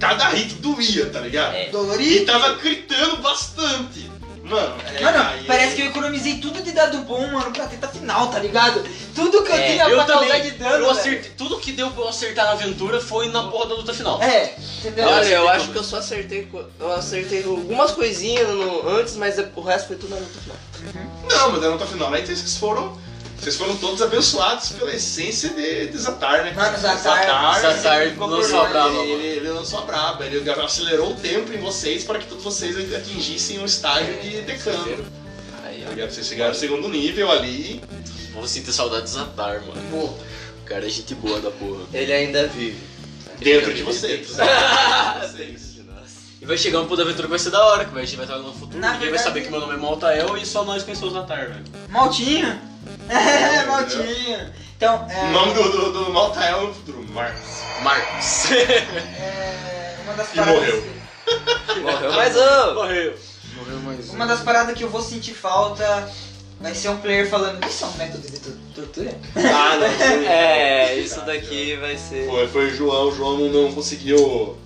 Speaker 1: cada hit doía, tá ligado? E
Speaker 4: Dolorido.
Speaker 1: tava gritando bastante. Mano, é,
Speaker 4: Mano,
Speaker 1: aí-
Speaker 4: parece que eu economizei tudo de dado bom, mano, pra tentar final, tá ligado? Tudo que eu
Speaker 2: É,
Speaker 4: tinha
Speaker 6: Eu
Speaker 4: pra causar
Speaker 6: também.
Speaker 4: de dano.
Speaker 6: eu
Speaker 4: velho.
Speaker 6: acertei, tudo que deu pra eu acertar na aventura foi na porra da luta final.
Speaker 4: É, entendeu?
Speaker 2: Olha,
Speaker 6: acertei
Speaker 2: eu acho
Speaker 6: tudo.
Speaker 2: que eu só acertei. co- Eu acertei algumas coisinhas no- antes,
Speaker 6: é,
Speaker 2: mas o resto foi tudo na luta final.
Speaker 1: Não, mas na nota final aí vocês foram. Vocês foram todos abençoados pela essência de, de Zatar, né?
Speaker 4: Mano, Zatar-
Speaker 6: Zatar
Speaker 1: ele ficou
Speaker 6: lançou
Speaker 1: por-
Speaker 6: a braba,
Speaker 1: ele,
Speaker 6: mano.
Speaker 1: ele, ele lançou a braba, ele acelerou o tempo em vocês para que todos vocês atingissem um estágio de decano.
Speaker 6: Aí,
Speaker 1: tá ligado? Vocês chegaram ao segundo nível ali.
Speaker 6: ó. Vou sentir saudade de Zatar, mano. O cara é gente boa da porra.
Speaker 2: Ele ainda vive.
Speaker 1: Dentro de vocês. Dentro de vocês.
Speaker 6: E vai chegar um puto da aventura que vai ser da hora, que vai- a gente vai estar no futuro,
Speaker 4: Na
Speaker 6: ninguém vai
Speaker 4: verdade-
Speaker 6: saber que meu nome é Maltael e só nós conhecemos o Zatar, velho.
Speaker 4: Maltinho?
Speaker 1: né?
Speaker 4: É, Maltinho. Então, é.
Speaker 1: O nome do, do, do Maltael no futuro, Marcos.
Speaker 6: Marcos.
Speaker 4: é, uma das
Speaker 1: E
Speaker 4: paradas.
Speaker 1: morreu.
Speaker 2: Morreu mais um!
Speaker 6: Morreu.
Speaker 5: Morreu mais um.
Speaker 4: Uma das paradas que eu vou sentir falta vai ser um player falando: Isso é um método de tu- tortura?
Speaker 1: Ah, não.
Speaker 2: É, isso daqui vai ser.
Speaker 1: Foi, foi o João, o João não, não conseguiu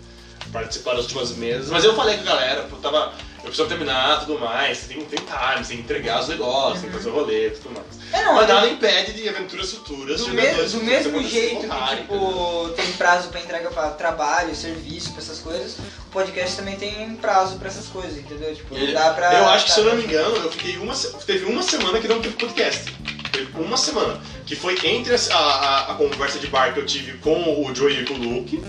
Speaker 1: participar das últimas mesas. Mas eu falei com a galera, pô, tava. Eu preciso terminar tudo mais, tem, tem time, tem que entregar os negócios, tem que fazer o rolê e tudo mais.
Speaker 4: É, não,
Speaker 1: Mas
Speaker 4: é-
Speaker 1: nada impede de aventuras futuras.
Speaker 4: Do,
Speaker 1: jogadores
Speaker 4: me- do
Speaker 1: futuros
Speaker 4: mesmo
Speaker 1: acontecerem
Speaker 4: jeito que,
Speaker 1: vontade, entendeu?
Speaker 4: tipo, tem prazo pra entrega pra trabalho, serviço, pra essas coisas, o podcast também tem prazo pra essas coisas, entendeu? Tipo, não
Speaker 1: Ele-
Speaker 4: dá pra...
Speaker 1: É, eu acho que, se eu
Speaker 4: dá
Speaker 1: não me engano, eu fiquei uma, se- teve uma semana que não teve podcast. Teve uma semana. Que foi entre as- a, a- a conversa de bar que eu tive com o Joey e com o Luke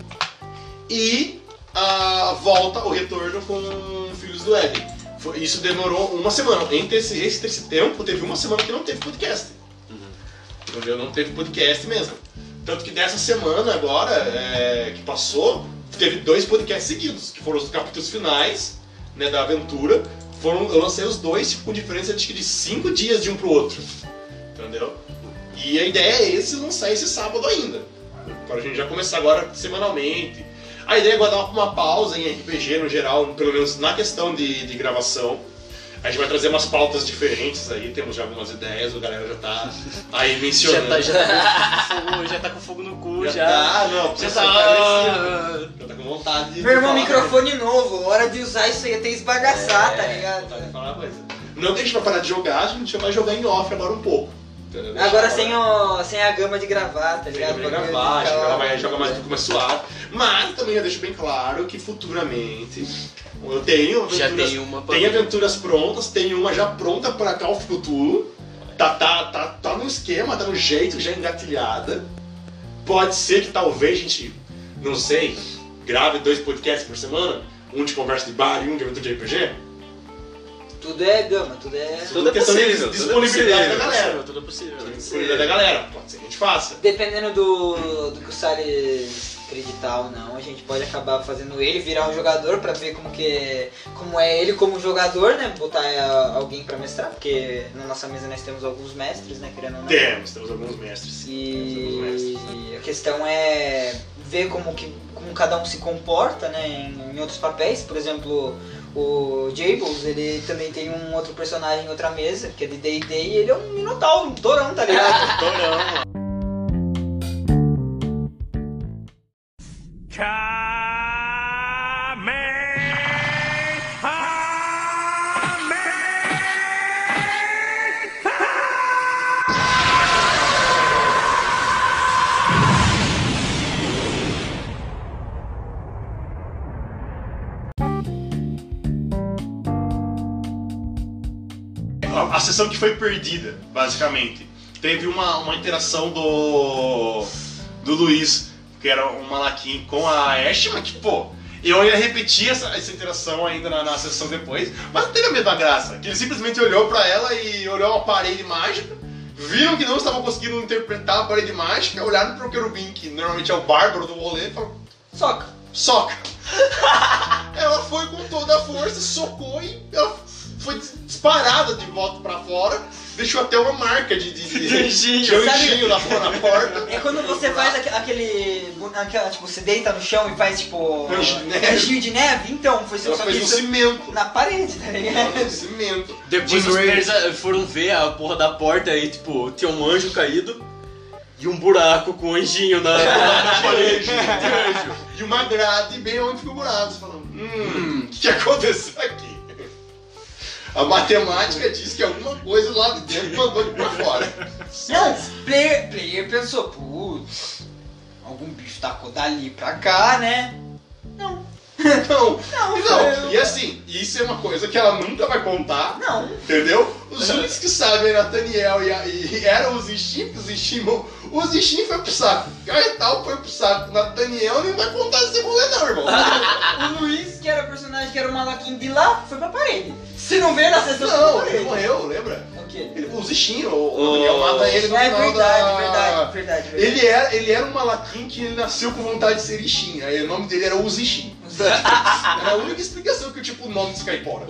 Speaker 1: e a volta, o retorno com Filhos do Éden. Foi- Isso demorou uma semana. Entre esse, esse, esse tempo, teve uma semana que não teve podcast. Entendeu? Não teve podcast mesmo. Tanto que dessa semana agora, é, que passou, teve dois podcasts seguidos, que foram os capítulos finais né, da aventura. Foram, eu lancei os dois tipo, com diferença acho que de cinco dias de um pro outro. Entendeu? E a ideia é esse lançar esse sábado ainda. Pra gente já começar agora semanalmente. A ideia é guardar uma pausa em RPG no geral, pelo menos na questão de, de gravação. A gente vai trazer umas pautas diferentes aí, temos já algumas ideias, o galera já tá aí
Speaker 6: Já
Speaker 1: mencionando.
Speaker 6: tá, já, já tá com fogo no cu, já.
Speaker 1: tá, não,
Speaker 6: Já
Speaker 1: precisa
Speaker 6: tá.
Speaker 1: já tá né? com vontade de.
Speaker 4: Meu irmão,
Speaker 1: falar.
Speaker 4: microfone novo, hora de usar isso aí é até
Speaker 1: É,
Speaker 4: esbagaçar, tá
Speaker 1: Vontade de
Speaker 6: né?
Speaker 4: ligado?
Speaker 1: falar coisa. Não que a gente vai parar de jogar, a gente vai jogar em off agora um pouco. entendeu? Deixa
Speaker 4: Agora
Speaker 1: pra-
Speaker 4: sem, o, sem a gama de gravar, tá
Speaker 1: Tem
Speaker 6: né?
Speaker 1: que
Speaker 4: ligado?
Speaker 1: abrir
Speaker 4: Bagulho
Speaker 1: gravar,
Speaker 4: de
Speaker 1: joga
Speaker 4: calma.
Speaker 1: mais, joga mais um pouco mais suave. Mas também eu deixo bem claro que futuramente eu tenho
Speaker 6: Já
Speaker 1: aventuras,
Speaker 6: tem uma
Speaker 1: tem aventuras prontas, tem uma já pronta pra Call of Cthulhu. Tá, tá, tá, tá no esquema, tá no jeito, já engatilhada. Pode ser que talvez a gente, não sei, grave dois podcasts por semana, um de conversa de bar e um de aventura de RPG.
Speaker 4: Tudo é gama, tudo é.
Speaker 1: Tudo é
Speaker 2: questão de
Speaker 1: possível, tudo é
Speaker 2: disponibilidade
Speaker 1: possível.
Speaker 2: da galera.
Speaker 6: Tudo é possível.
Speaker 1: Tem escolha da galera, pode ser que a gente faça.
Speaker 4: Dependendo do, do que o Salles acreditar ou não, a gente pode acabar fazendo ele virar um jogador pra ver como que como é ele como jogador, né? Botar ah, alguém pra mestrar, porque na nossa mesa nós temos alguns mestres, né? Querendo ou não.
Speaker 1: Temos, temos alguns mestres. Temos alguns mestres.
Speaker 4: E a questão é ver como, que, como cada um se comporta né, em, em outros papéis. Por exemplo, o Jables, ele também tem um outro personagem em outra mesa, que é de D&D, e ele é um minotauro, um torão, tá ligado?
Speaker 1: A a sessão que foi perdida, basicamente. Teve uma, uma interação do. do Luiz, que era um malaquim com a Ash, mas que, pô, eu ainda repeti essa, essa interação ainda na, na sessão depois, mas não teve a mesma graça. Que ele simplesmente olhou pra ela e olhou uma parede mágica, viram que não estavam conseguindo interpretar a parede mágica, olharam pro querubim, que normalmente é o bárbaro do rolê, e falaram,
Speaker 4: Soca!
Speaker 1: soca. ela foi com toda a força, socou e ela foi disparada de volta pra fora, deixou até uma marca de, de, de, de anjinho lá fora na porta.
Speaker 4: É quando você faz aque- aquele, aquela, tipo, você deita no chão e faz, tipo,
Speaker 1: Anjo de neve.
Speaker 4: anjinho de neve? Então, foi só
Speaker 1: Ela
Speaker 4: que
Speaker 1: fez um
Speaker 4: isso
Speaker 1: cimento.
Speaker 4: na parede, tá
Speaker 1: Ela
Speaker 4: ligado?
Speaker 1: fez um cimento.
Speaker 6: Depois
Speaker 5: Jim
Speaker 6: os
Speaker 5: Ray.
Speaker 6: nerds eh, foram ver a porra da porta aí, tipo, tinha um anjo caído e um buraco com um anjinho na, na parede.
Speaker 1: E uma grade bem onde ficou o buraco. Você falando, hum, o que, que aconteceu aqui? A matemática diz que alguma coisa lá de dentro mandou ele pra fora.
Speaker 4: Não, player, player pensou, putz, algum bicho tacou dali pra cá, né? Não,
Speaker 1: Não, Então,
Speaker 4: não,
Speaker 1: não.
Speaker 4: não.
Speaker 1: E assim, isso é uma coisa que ela nunca vai contar.
Speaker 4: Não,
Speaker 1: Entendeu? Os únicos que sabem é Nathaniel e, a- e eram os Ishim, que os Ishim, os Ishim foi pro saco. Caetal foi pro saco. Nathaniel não vai contar esse rolê não, irmão.
Speaker 4: o Luiz, que era o personagem que era o malaquinho de lá, foi pra parede. Se não vê na sessão, foi
Speaker 1: não,
Speaker 4: pra
Speaker 1: ele
Speaker 4: parede.
Speaker 1: morreu, lembra?
Speaker 4: O quê?
Speaker 1: Ele, os Ishim, o, o Nathaniel mata ele no
Speaker 4: É
Speaker 1: final
Speaker 4: verdade,
Speaker 1: da...
Speaker 4: verdade, verdade, verdade.
Speaker 1: Ele era, ele era um malaquim que ele nasceu com vontade de ser Ishim. Aí o nome dele era Uzishin. era a única explicação que eu tipo o nome desse caipora.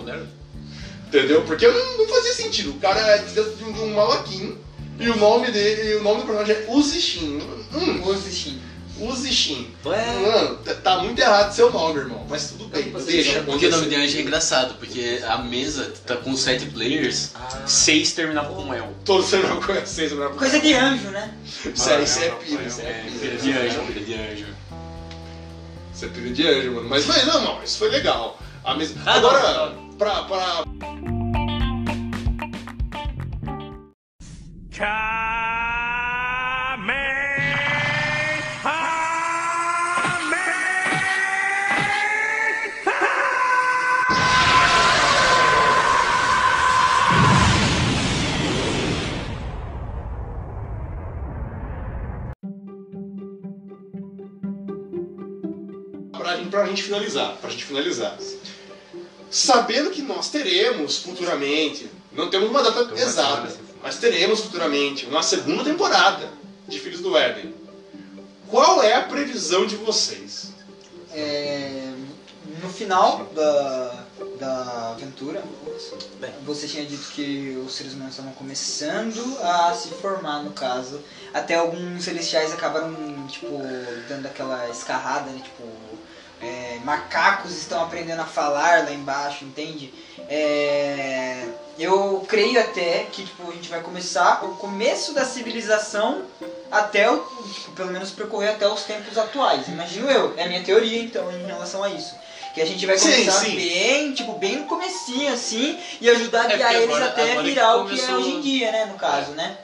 Speaker 1: Entendeu? Porque não, não fazia sentido. O cara é desgraçado de um- de um malaquim e o nome dele, e o nome do personagem é Uzishin. Hum,
Speaker 4: Ozishin.
Speaker 1: Uzishin.
Speaker 2: Ué.
Speaker 1: Mano, tá- tá muito errado seu nome, irmão. Mas tudo bem, deixa.
Speaker 6: Porque o nome de
Speaker 1: acontecer.
Speaker 6: anjo é engraçado, porque a mesa tá com sete players, seis terminavam com um L.
Speaker 1: Todos você não conhece, você não
Speaker 4: Coisa de anjo, né?
Speaker 1: Isso aí, isso é pira, isso é
Speaker 6: É,
Speaker 1: pira.
Speaker 6: de anjo, filha de anjo.
Speaker 1: Você é filho de anjo, mano. Mas, mas não, não, isso foi legal. A mes...
Speaker 6: Ah,
Speaker 1: Agora, pra, pra. Pra, pra gente finalizar. Pra gente finalizar. Sabendo que nós teremos futuramente, não temos uma data exata, mas teremos futuramente uma segunda temporada de Filhos do Éden. Qual é a previsão de vocês?
Speaker 4: É, No final da, da aventura,
Speaker 2: Bem.
Speaker 4: você tinha dito que os seres humanos estavam começando a se formar, no caso. Até alguns celestiais acabaram, tipo, dando aquela escarrada, né? Tipo, é, macacos estão aprendendo a falar lá embaixo, entende? É, eu creio até que, tipo, a gente vai começar o começo da civilização até o, tipo, pelo menos percorrer até os tempos atuais. Imagino eu. É a minha teoria, então, em relação a isso. Que a gente vai
Speaker 1: Sim,
Speaker 4: começar
Speaker 1: sim.
Speaker 4: bem, tipo, bem no comecinho, assim, e ajudar a
Speaker 3: É,
Speaker 4: guiar
Speaker 3: porque
Speaker 4: eles
Speaker 3: agora-
Speaker 4: até
Speaker 3: agora que
Speaker 4: virar o que é
Speaker 3: começou- É.
Speaker 4: hoje em dia, né, no caso, né?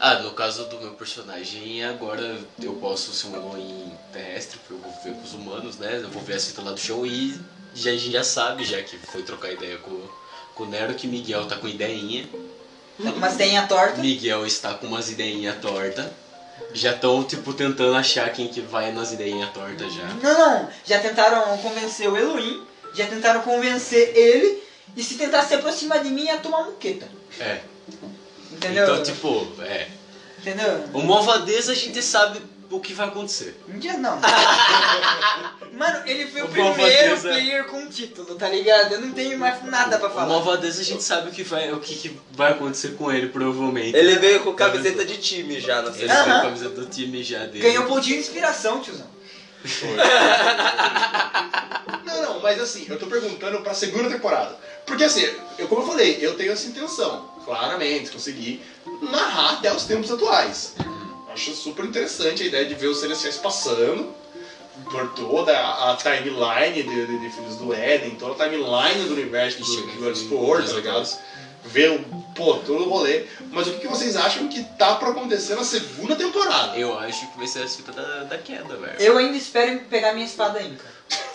Speaker 3: Ah, no caso do meu personagem, agora eu posso ser um em terrestre, porque eu vou viver com os humanos, né? Eu vou ver a fita lá do chão e já, a gente já sabe, já que foi trocar ideia com, com o Nero, que Miguel tá com ideinha.
Speaker 4: Mas tem a torta.
Speaker 3: Miguel está com umas ideinhas torta. Já estão, tipo, tentando achar quem que vai nas ideinhas tortas já.
Speaker 4: Não, não. Já tentaram convencer o Elohim, já tentaram convencer ele, e se tentar se aproximar de mim ia tomar muqueta.
Speaker 3: É.
Speaker 4: Entendeu?
Speaker 3: Então, tipo, é.
Speaker 4: Entendeu?
Speaker 3: O malvadeza a gente sabe o que vai acontecer.
Speaker 4: Um dia não. Mano, ele foi o,
Speaker 3: O
Speaker 4: primeiro
Speaker 3: Malvadeza.
Speaker 4: player com título, tá ligado? Eu não tenho mais nada pra
Speaker 3: O
Speaker 4: falar.
Speaker 3: malvadeza a gente sabe o que vai, o que, que vai acontecer com ele, provavelmente. Tá
Speaker 2: Ele veio com camiseta de time já na
Speaker 3: Ele
Speaker 2: seleção.
Speaker 3: tem
Speaker 4: Aham.
Speaker 3: a camisa do time já dele.
Speaker 4: Ganhou pontinho de inspiração, tiozão.
Speaker 1: Não, não, mas assim, eu tô perguntando pra segunda temporada. Porque assim, eu, como eu falei, eu tenho essa intenção, claramente, conseguir narrar até os tempos atuais. Acho super interessante a ideia de ver os celestiais passando por toda a a timeline de, de- de Filhos do Éden, toda a timeline do universo
Speaker 3: Ixi,
Speaker 1: do,
Speaker 3: né?
Speaker 1: do Explorer, tá ligado? Ver o, pô, todo o rolê. Mas o que, que vocês acham que tá pra acontecer na segunda temporada?
Speaker 3: Eu acho que vai ser a fita da, da queda, velho.
Speaker 4: Eu ainda espero pegar minha espada Inca.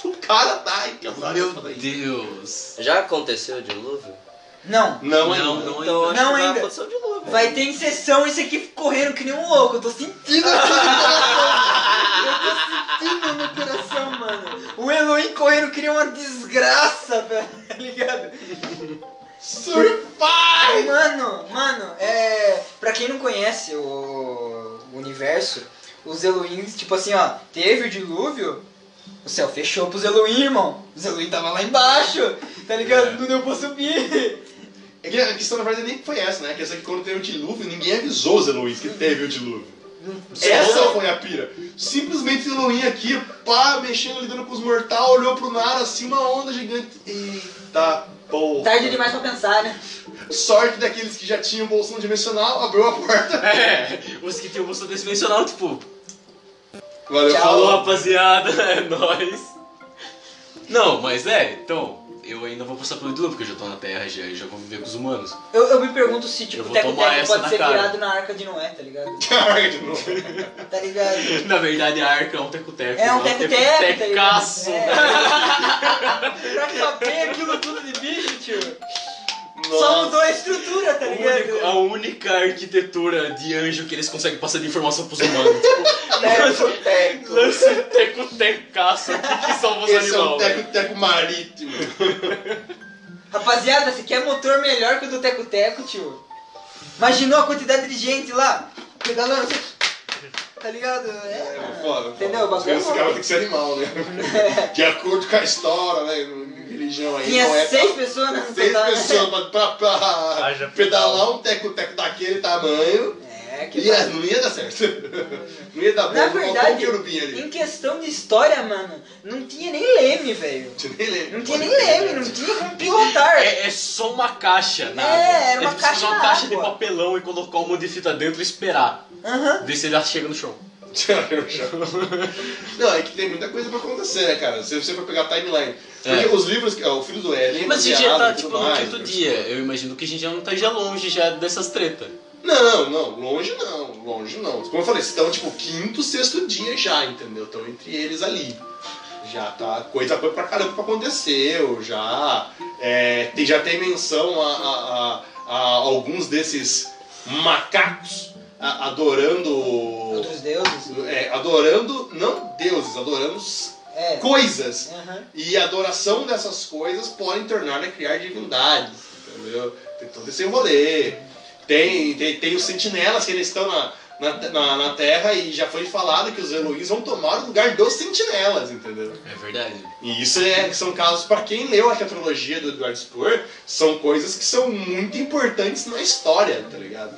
Speaker 1: O cara tá encasado.
Speaker 3: Meu Deus.
Speaker 2: Já aconteceu o dilúvio?
Speaker 4: Não.
Speaker 1: Não, é
Speaker 3: Não,
Speaker 1: não, não.
Speaker 3: não,
Speaker 2: Então acho
Speaker 4: Não
Speaker 2: que vai
Speaker 4: ainda.
Speaker 2: acontecer o dilúvio.
Speaker 4: Vai ter inserção esse aqui correndo que nem um louco. Eu tô sentindo aqui no coração. Eu tô sentindo no coração, mano. O Elohim correndo que nem uma desgraça, velho. Tá ligado?
Speaker 1: Surprise!
Speaker 4: Mano, mano, é. Pra quem não conhece o o universo, os Elohims, tipo assim, ó, teve o dilúvio, o céu fechou pros Elohim, irmão. Os Elohim tava lá embaixo, tá ligado? Não deu pra subir.
Speaker 1: É que a questão, na verdade, nem foi essa, né? A questão é que quando teve o dilúvio, ninguém avisou os Elohim que teve o dilúvio. Essa foi a pira. Simplesmente o Elohim aqui, pá, mexendo, lidando com os mortais, olhou pro nada, assim, uma onda gigante. Eita porra.
Speaker 4: Tarde demais pra pensar, né?
Speaker 1: Sorte daqueles que já tinham bolsão dimensional, abriu a porta.
Speaker 3: É, os que tem o moço dimensional, tipo,
Speaker 1: Valeu,
Speaker 4: Tchau.
Speaker 3: Falou,
Speaker 1: falou.
Speaker 3: rapaziada, é nóis. Não, mas é, então, eu ainda vou passar pelo Dilúvio, porque eu já tô na Terra já e já vou viver com os humanos.
Speaker 4: Eu, eu me pergunto se,
Speaker 3: Eu
Speaker 4: tipo,
Speaker 3: vou
Speaker 4: Teco
Speaker 3: tomar
Speaker 4: Teco
Speaker 3: essa
Speaker 4: pode
Speaker 3: na
Speaker 4: ser
Speaker 3: cara.
Speaker 4: virado na arca de Noé, tá ligado?
Speaker 1: Carga de novo.
Speaker 4: Tá ligado?
Speaker 3: Na verdade, a arca é um teco-teco.
Speaker 4: É um
Speaker 3: né?
Speaker 4: teco-teco, tá ligado?
Speaker 3: Tecaço.
Speaker 4: É. pra caber aquilo tudo de bicho, tio. Só mudou a estrutura, tá
Speaker 3: O
Speaker 4: ligado?
Speaker 3: único- A única arquitetura de anjo que eles conseguem passar de informação pros humanos.
Speaker 4: É.
Speaker 3: Tipo, lança um teco-tecaço aqui que salva os
Speaker 1: Esse é um
Speaker 3: animais.
Speaker 1: teco-teco marítimo.
Speaker 4: Rapaziada, você quer motor melhor que o do Teco Teco, tio? Imaginou a quantidade de gente lá? Pedalando assim. Tá ligado? É,
Speaker 1: É,
Speaker 4: mano.
Speaker 1: foda.
Speaker 4: Entendeu? O bagulho é
Speaker 1: Esse cara tem que ser animal, né? De acordo com a história, né? Religião aí.
Speaker 4: Tinha
Speaker 1: não é
Speaker 4: seis pessoas na no
Speaker 1: Seis
Speaker 4: total, né?
Speaker 1: pessoas pra, pra- pra
Speaker 7: Haja
Speaker 1: pedalar um teco-teco daquele tamanho.
Speaker 4: É, que
Speaker 1: Ia, não ia dar certo. Não ia dar bom.
Speaker 4: Na
Speaker 1: faltou um
Speaker 4: verdade,
Speaker 1: querubim ali.
Speaker 4: Em questão de história, mano, não tinha nem leme, velho.
Speaker 1: Tinha nem leme.
Speaker 4: Não tinha nem leme, não tinha como pilotar.
Speaker 3: É, é só uma caixa, nada.
Speaker 4: É, era uma
Speaker 3: Eles precisam
Speaker 4: caixa
Speaker 3: fazer uma caixa de
Speaker 4: d'água.
Speaker 3: papelão e colocar um monte de fita dentro e esperar.
Speaker 4: Aham.
Speaker 3: Ver se ele já chega no chão.
Speaker 1: Não, é que tem muita coisa pra acontecer, né, cara? Se você for pegar a timeline. Porque
Speaker 3: É.
Speaker 1: os livros, que- ó, o filho do Ellen.
Speaker 3: Mas a gente já
Speaker 1: baseado
Speaker 3: tá,
Speaker 1: e
Speaker 3: tipo,
Speaker 1: tudo
Speaker 3: no
Speaker 1: mais,
Speaker 3: quinto
Speaker 1: né?
Speaker 3: dia. Eu imagino que a gente já não tá já longe já dessas tretas.
Speaker 1: Não, não, longe não, longe não. Como eu falei, estão tipo quinto, sexto dia já, entendeu? Estão entre eles ali. Já tá coisa boa pra caramba pra acontecer, ou já. é, tem, já tem menção a, a- a- a alguns desses macacos a- adorando.
Speaker 4: Outros deuses.
Speaker 1: é, adorando, não deuses, adorando s-
Speaker 4: É.
Speaker 1: coisas.
Speaker 4: Aham.
Speaker 1: E a adoração dessas coisas podem tornar né, criar divindades, entendeu? Tem todo esse rolê. Tem, tem, tem os sentinelas que ainda estão na, na, te- na, na Terra e já foi falado que os Eloís vão tomar o lugar dos sentinelas, entendeu?
Speaker 6: É verdade.
Speaker 1: E isso é, são casos, para quem leu a tetralogia do Edward Spohr, são coisas que são muito importantes na história, tá ligado?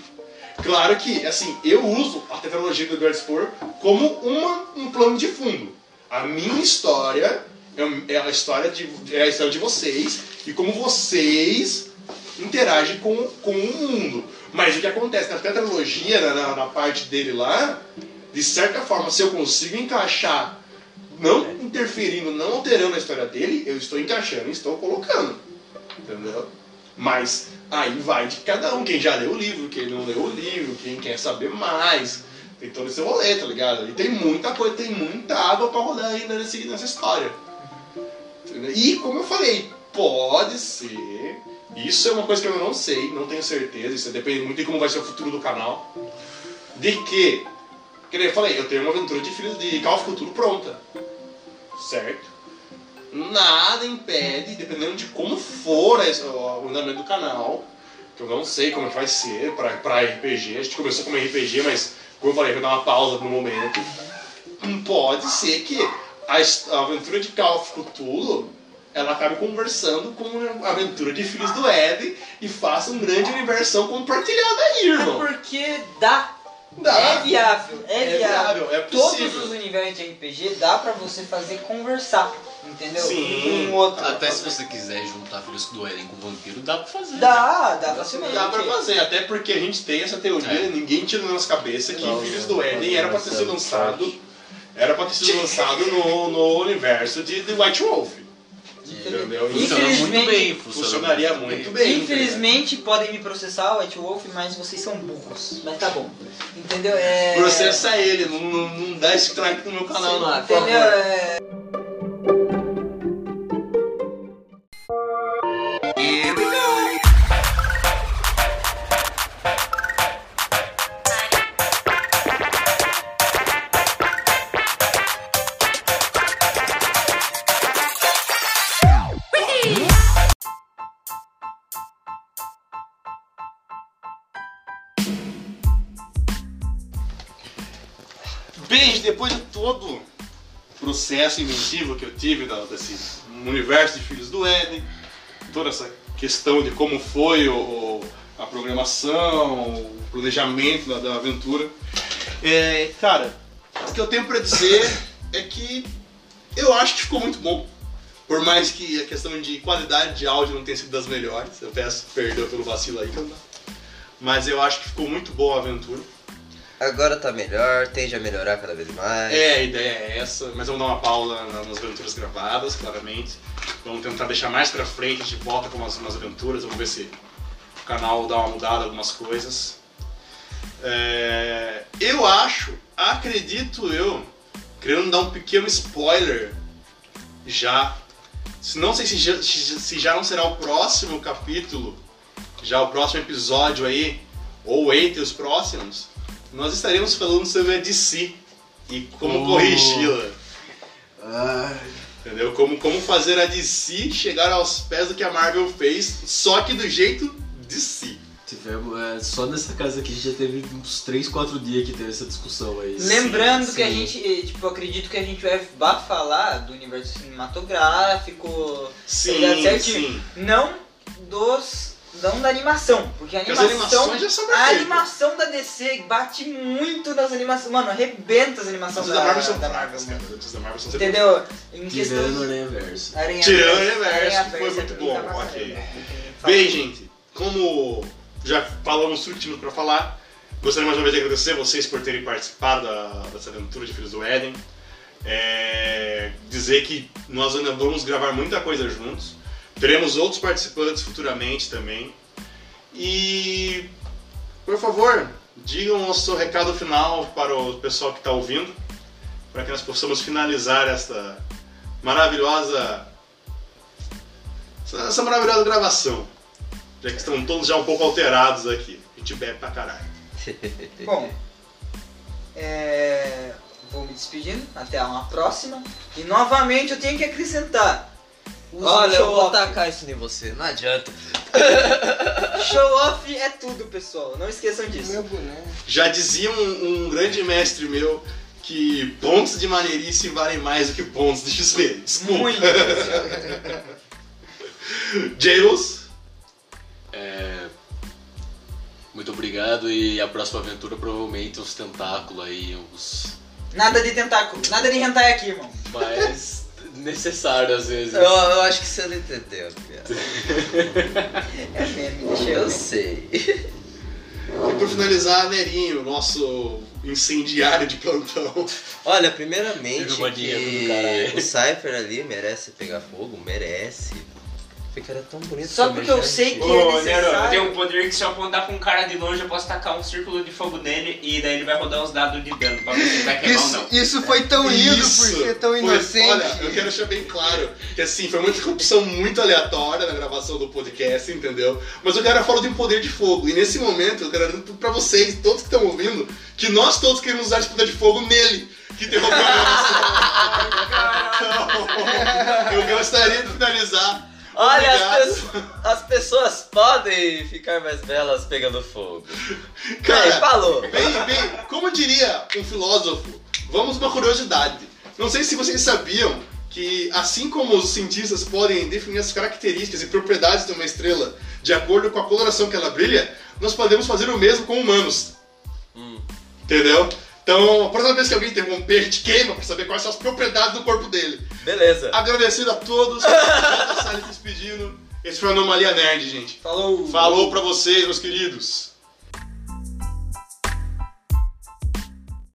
Speaker 1: Claro que, assim, eu uso a tetralogia do Edward Spohr como uma, um plano de fundo. A minha história é- é a história de, é a história de vocês e como vocês interagem com, com o mundo. Mas o que acontece na tetralogia, na- na- na parte dele lá, de certa forma, se eu consigo encaixar não interferindo, não alterando a história dele, eu estou encaixando e estou colocando. Entendeu? Mas aí vai de cada um, quem já leu o livro, quem não leu o livro, quem quer saber mais. Tem todo esse rolê, tá ligado? E tem muita coisa, tem muita água pra rolar ainda nesse- nessa história. Entendeu? E como eu falei, pode ser. Isso é uma coisa que eu não sei, não tenho certeza, isso depende muito de como vai ser o futuro do canal. De que que nem eu falei, eu tenho uma aventura de filhos de Call of Cthulhu pronta. Certo? Nada impede, dependendo de como for esse- o o andamento do canal, que eu não sei como é que vai ser pra, pra RPG. A gente começou como RPG, mas como eu falei, eu vou dar uma pausa por um momento. Hum, Pode ser que a, his- a aventura de Call of Cthulhu ela acabe conversando com a aventura de Filhos do Éden e faça um grande universão compartilhado aí,
Speaker 4: É
Speaker 1: irmão.
Speaker 4: porque dá. É
Speaker 1: Dá,
Speaker 4: viável. É
Speaker 1: é
Speaker 4: viável.
Speaker 1: viável, é possível.
Speaker 4: Todos os universos de RPG dá pra você fazer conversar. Entendeu?
Speaker 1: Sim.
Speaker 4: Um com o
Speaker 1: Ah,
Speaker 4: outro.
Speaker 1: tá.
Speaker 6: Até se você quiser juntar filhos do Eren com vampiro, dá pra fazer.
Speaker 4: Dá, dá facilmente.
Speaker 1: Dá pra fazer, até porque a gente tem essa teoria,
Speaker 6: É.
Speaker 1: ninguém tira na nossa cabeça que
Speaker 2: Não,
Speaker 1: Filhos
Speaker 2: não,
Speaker 1: do Éden
Speaker 2: não,
Speaker 1: era pra
Speaker 2: não,
Speaker 1: ter sido
Speaker 2: não,
Speaker 1: lançado. Era pra ter sido lançado no, no universo de The White Wolf. Entendeu?
Speaker 6: Funciona
Speaker 1: Então, Isso
Speaker 6: muito
Speaker 4: Infelizmente,
Speaker 6: bem, funciona
Speaker 1: funcionaria muito bem.
Speaker 4: Infelizmente podem me processar, White Wolf, mas vocês são burros. Mas tá bom. Entendeu?
Speaker 1: cara.
Speaker 4: É...
Speaker 1: Processa ele, não, não, não dá strike no meu canal, não. por
Speaker 4: Entendeu?
Speaker 1: favor.
Speaker 4: É...
Speaker 1: Bem, depois de todo o processo inventivo que eu tive da- desse universo de Filhos do Éden, toda essa questão de como foi o- o- a programação, o planejamento da, da aventura, é, cara, o que eu tenho pra dizer é que eu acho que ficou muito bom. Por mais que a questão de qualidade de áudio não tenha sido das melhores, eu peço perdão pelo vacilo aí, mas eu acho que ficou muito boa a aventura.
Speaker 8: Agora tá melhor, tende a melhorar cada vez mais.
Speaker 1: É, a ideia é essa, mas vamos dar uma pausa na- nas aventuras gravadas, claramente. Vamos tentar deixar mais pra frente, a gente volta com umas, umas aventuras, vamos ver se o canal dá uma mudada, algumas coisas. É, eu acho, acredito eu, querendo dar um pequeno spoiler já. se- Não sei se já, se se já não será o próximo capítulo, já o próximo episódio aí, ou entre os próximos, nós estaremos falando sobre a DC e como corrigi-la. Entendeu? Como, como fazer a DC chegar aos pés do que a Marvel fez, só que do jeito de si.
Speaker 3: Tivemos, é, só nessa casa aqui a gente já teve uns 3, 4 dias que teve essa discussão aí.
Speaker 4: Lembrando
Speaker 3: Sim,
Speaker 4: que a
Speaker 3: sim.
Speaker 4: gente, eh, tipo, acredito que a gente vai ba- falar do universo cinematográfico,
Speaker 1: Sim,
Speaker 4: Ele é certinho.
Speaker 1: sim.
Speaker 4: não dos. não da animação, porque a
Speaker 1: Porque as
Speaker 4: animação.
Speaker 1: animações já são
Speaker 4: a
Speaker 1: perfeitas.
Speaker 4: animação da DC bate muito nas animações. Mano, arrebenta as animações
Speaker 1: Os
Speaker 4: da,
Speaker 1: da Marvel né? são
Speaker 4: da
Speaker 1: fracas,
Speaker 4: Marvel,
Speaker 1: cara.
Speaker 4: mano.
Speaker 1: Os da Marvel são sempre-
Speaker 4: Entendeu? Em questão
Speaker 3: Tirando
Speaker 4: de.
Speaker 3: né, verso.
Speaker 4: Aranha
Speaker 1: Tirando
Speaker 4: Versa,
Speaker 1: o universo,
Speaker 4: Aranha
Speaker 1: que foi
Speaker 4: Versa,
Speaker 1: muito
Speaker 4: tá
Speaker 1: bom,
Speaker 4: pra caralho,
Speaker 1: ok.
Speaker 4: né? Não tem nem o que falar.
Speaker 1: Bem, gente, como já falamos tudo que tínhamos para falar, gostaria mais uma vez de agradecer a vocês por terem participado da- dessa aventura de Filhos do Éden. É, dizer que nós ainda vamos gravar muita coisa juntos. Teremos outros participantes futuramente também. E, por favor, digam o seu recado final para o pessoal que está ouvindo, para que nós possamos finalizar esta maravilhosa essa, essa maravilhosa gravação. Já que estão todos já um pouco alterados aqui. A gente bebe pra caralho.
Speaker 4: Bom, é, vou me despedindo, até uma próxima. E novamente eu tenho que acrescentar. usem
Speaker 8: Olha, eu vou
Speaker 4: xarope.
Speaker 8: atacar isso em você, não adianta.
Speaker 4: Show off é tudo, pessoal. Não esqueçam disso.
Speaker 5: boneco.
Speaker 1: Já dizia um, um grande mestre meu que pontos de maneirice valem mais do que pontos de XP. Desculpa.
Speaker 4: Muito.
Speaker 1: Jairus,
Speaker 6: Muito obrigado e a próxima aventura
Speaker 3: é um
Speaker 6: provavelmente uns tentáculos aí, uns.
Speaker 4: Nada de tentáculo. Nada de hentai aqui, irmão.
Speaker 6: mais necessários às vezes.
Speaker 8: Eu, eu acho que você não entendeu, piada.
Speaker 4: É meme, deixa eu.
Speaker 8: Eu sei.
Speaker 1: e por finalizar, Nerinho, nosso incendiário de plantão.
Speaker 8: Olha, primeiramente
Speaker 6: Tira uma dinheiro do
Speaker 8: que
Speaker 6: caralho.
Speaker 8: o Cypher ali merece pegar fogo, merece. Porque era tão bonito.
Speaker 4: Só porque eu
Speaker 8: flamejante.
Speaker 4: sei que é
Speaker 9: Ô, Nero, eu
Speaker 4: necessário.
Speaker 9: tenho um poder que se eu apontar com um cara de longe, eu posso tacar um círculo de fogo nele e daí ele vai rodar uns dados de dano pra ver se ele vai queimar ou
Speaker 5: Isso,
Speaker 9: não.
Speaker 5: isso foi tão lindo
Speaker 1: Isso
Speaker 5: porque é tão
Speaker 1: foi-
Speaker 5: inocente.
Speaker 1: olha, eu quero deixar bem claro que assim, foi uma interrupção muito aleatória na gravação do podcast, entendeu? Mas o cara falou de um poder de fogo. E nesse momento, eu garanto pra vocês, todos que estão ouvindo, que nós todos queremos usar esse poder de fogo nele. Que interrompeu a gravação. Então, eu gostaria de finalizar.
Speaker 2: Olha, as,
Speaker 1: Obrigado.
Speaker 2: pesso- as pessoas podem ficar mais belas pegando fogo. Bem,
Speaker 1: Cara,
Speaker 2: falou.
Speaker 1: bem, bem, como diria um filósofo, vamos uma curiosidade. Não sei se vocês sabiam que, assim como os cientistas podem definir as características e propriedades de uma estrela de acordo com a coloração que ela brilha, nós podemos fazer o mesmo com humanos. Entendeu? Então, a próxima vez que alguém interromper, a gente queima pra saber quais são as propriedades do corpo dele.
Speaker 2: Beleza.
Speaker 1: Agradecido a todos, Jota Salles despedindo. Esse foi o Anomalia Nerd, gente.
Speaker 4: Falou.
Speaker 1: Falou pra vocês, meus queridos.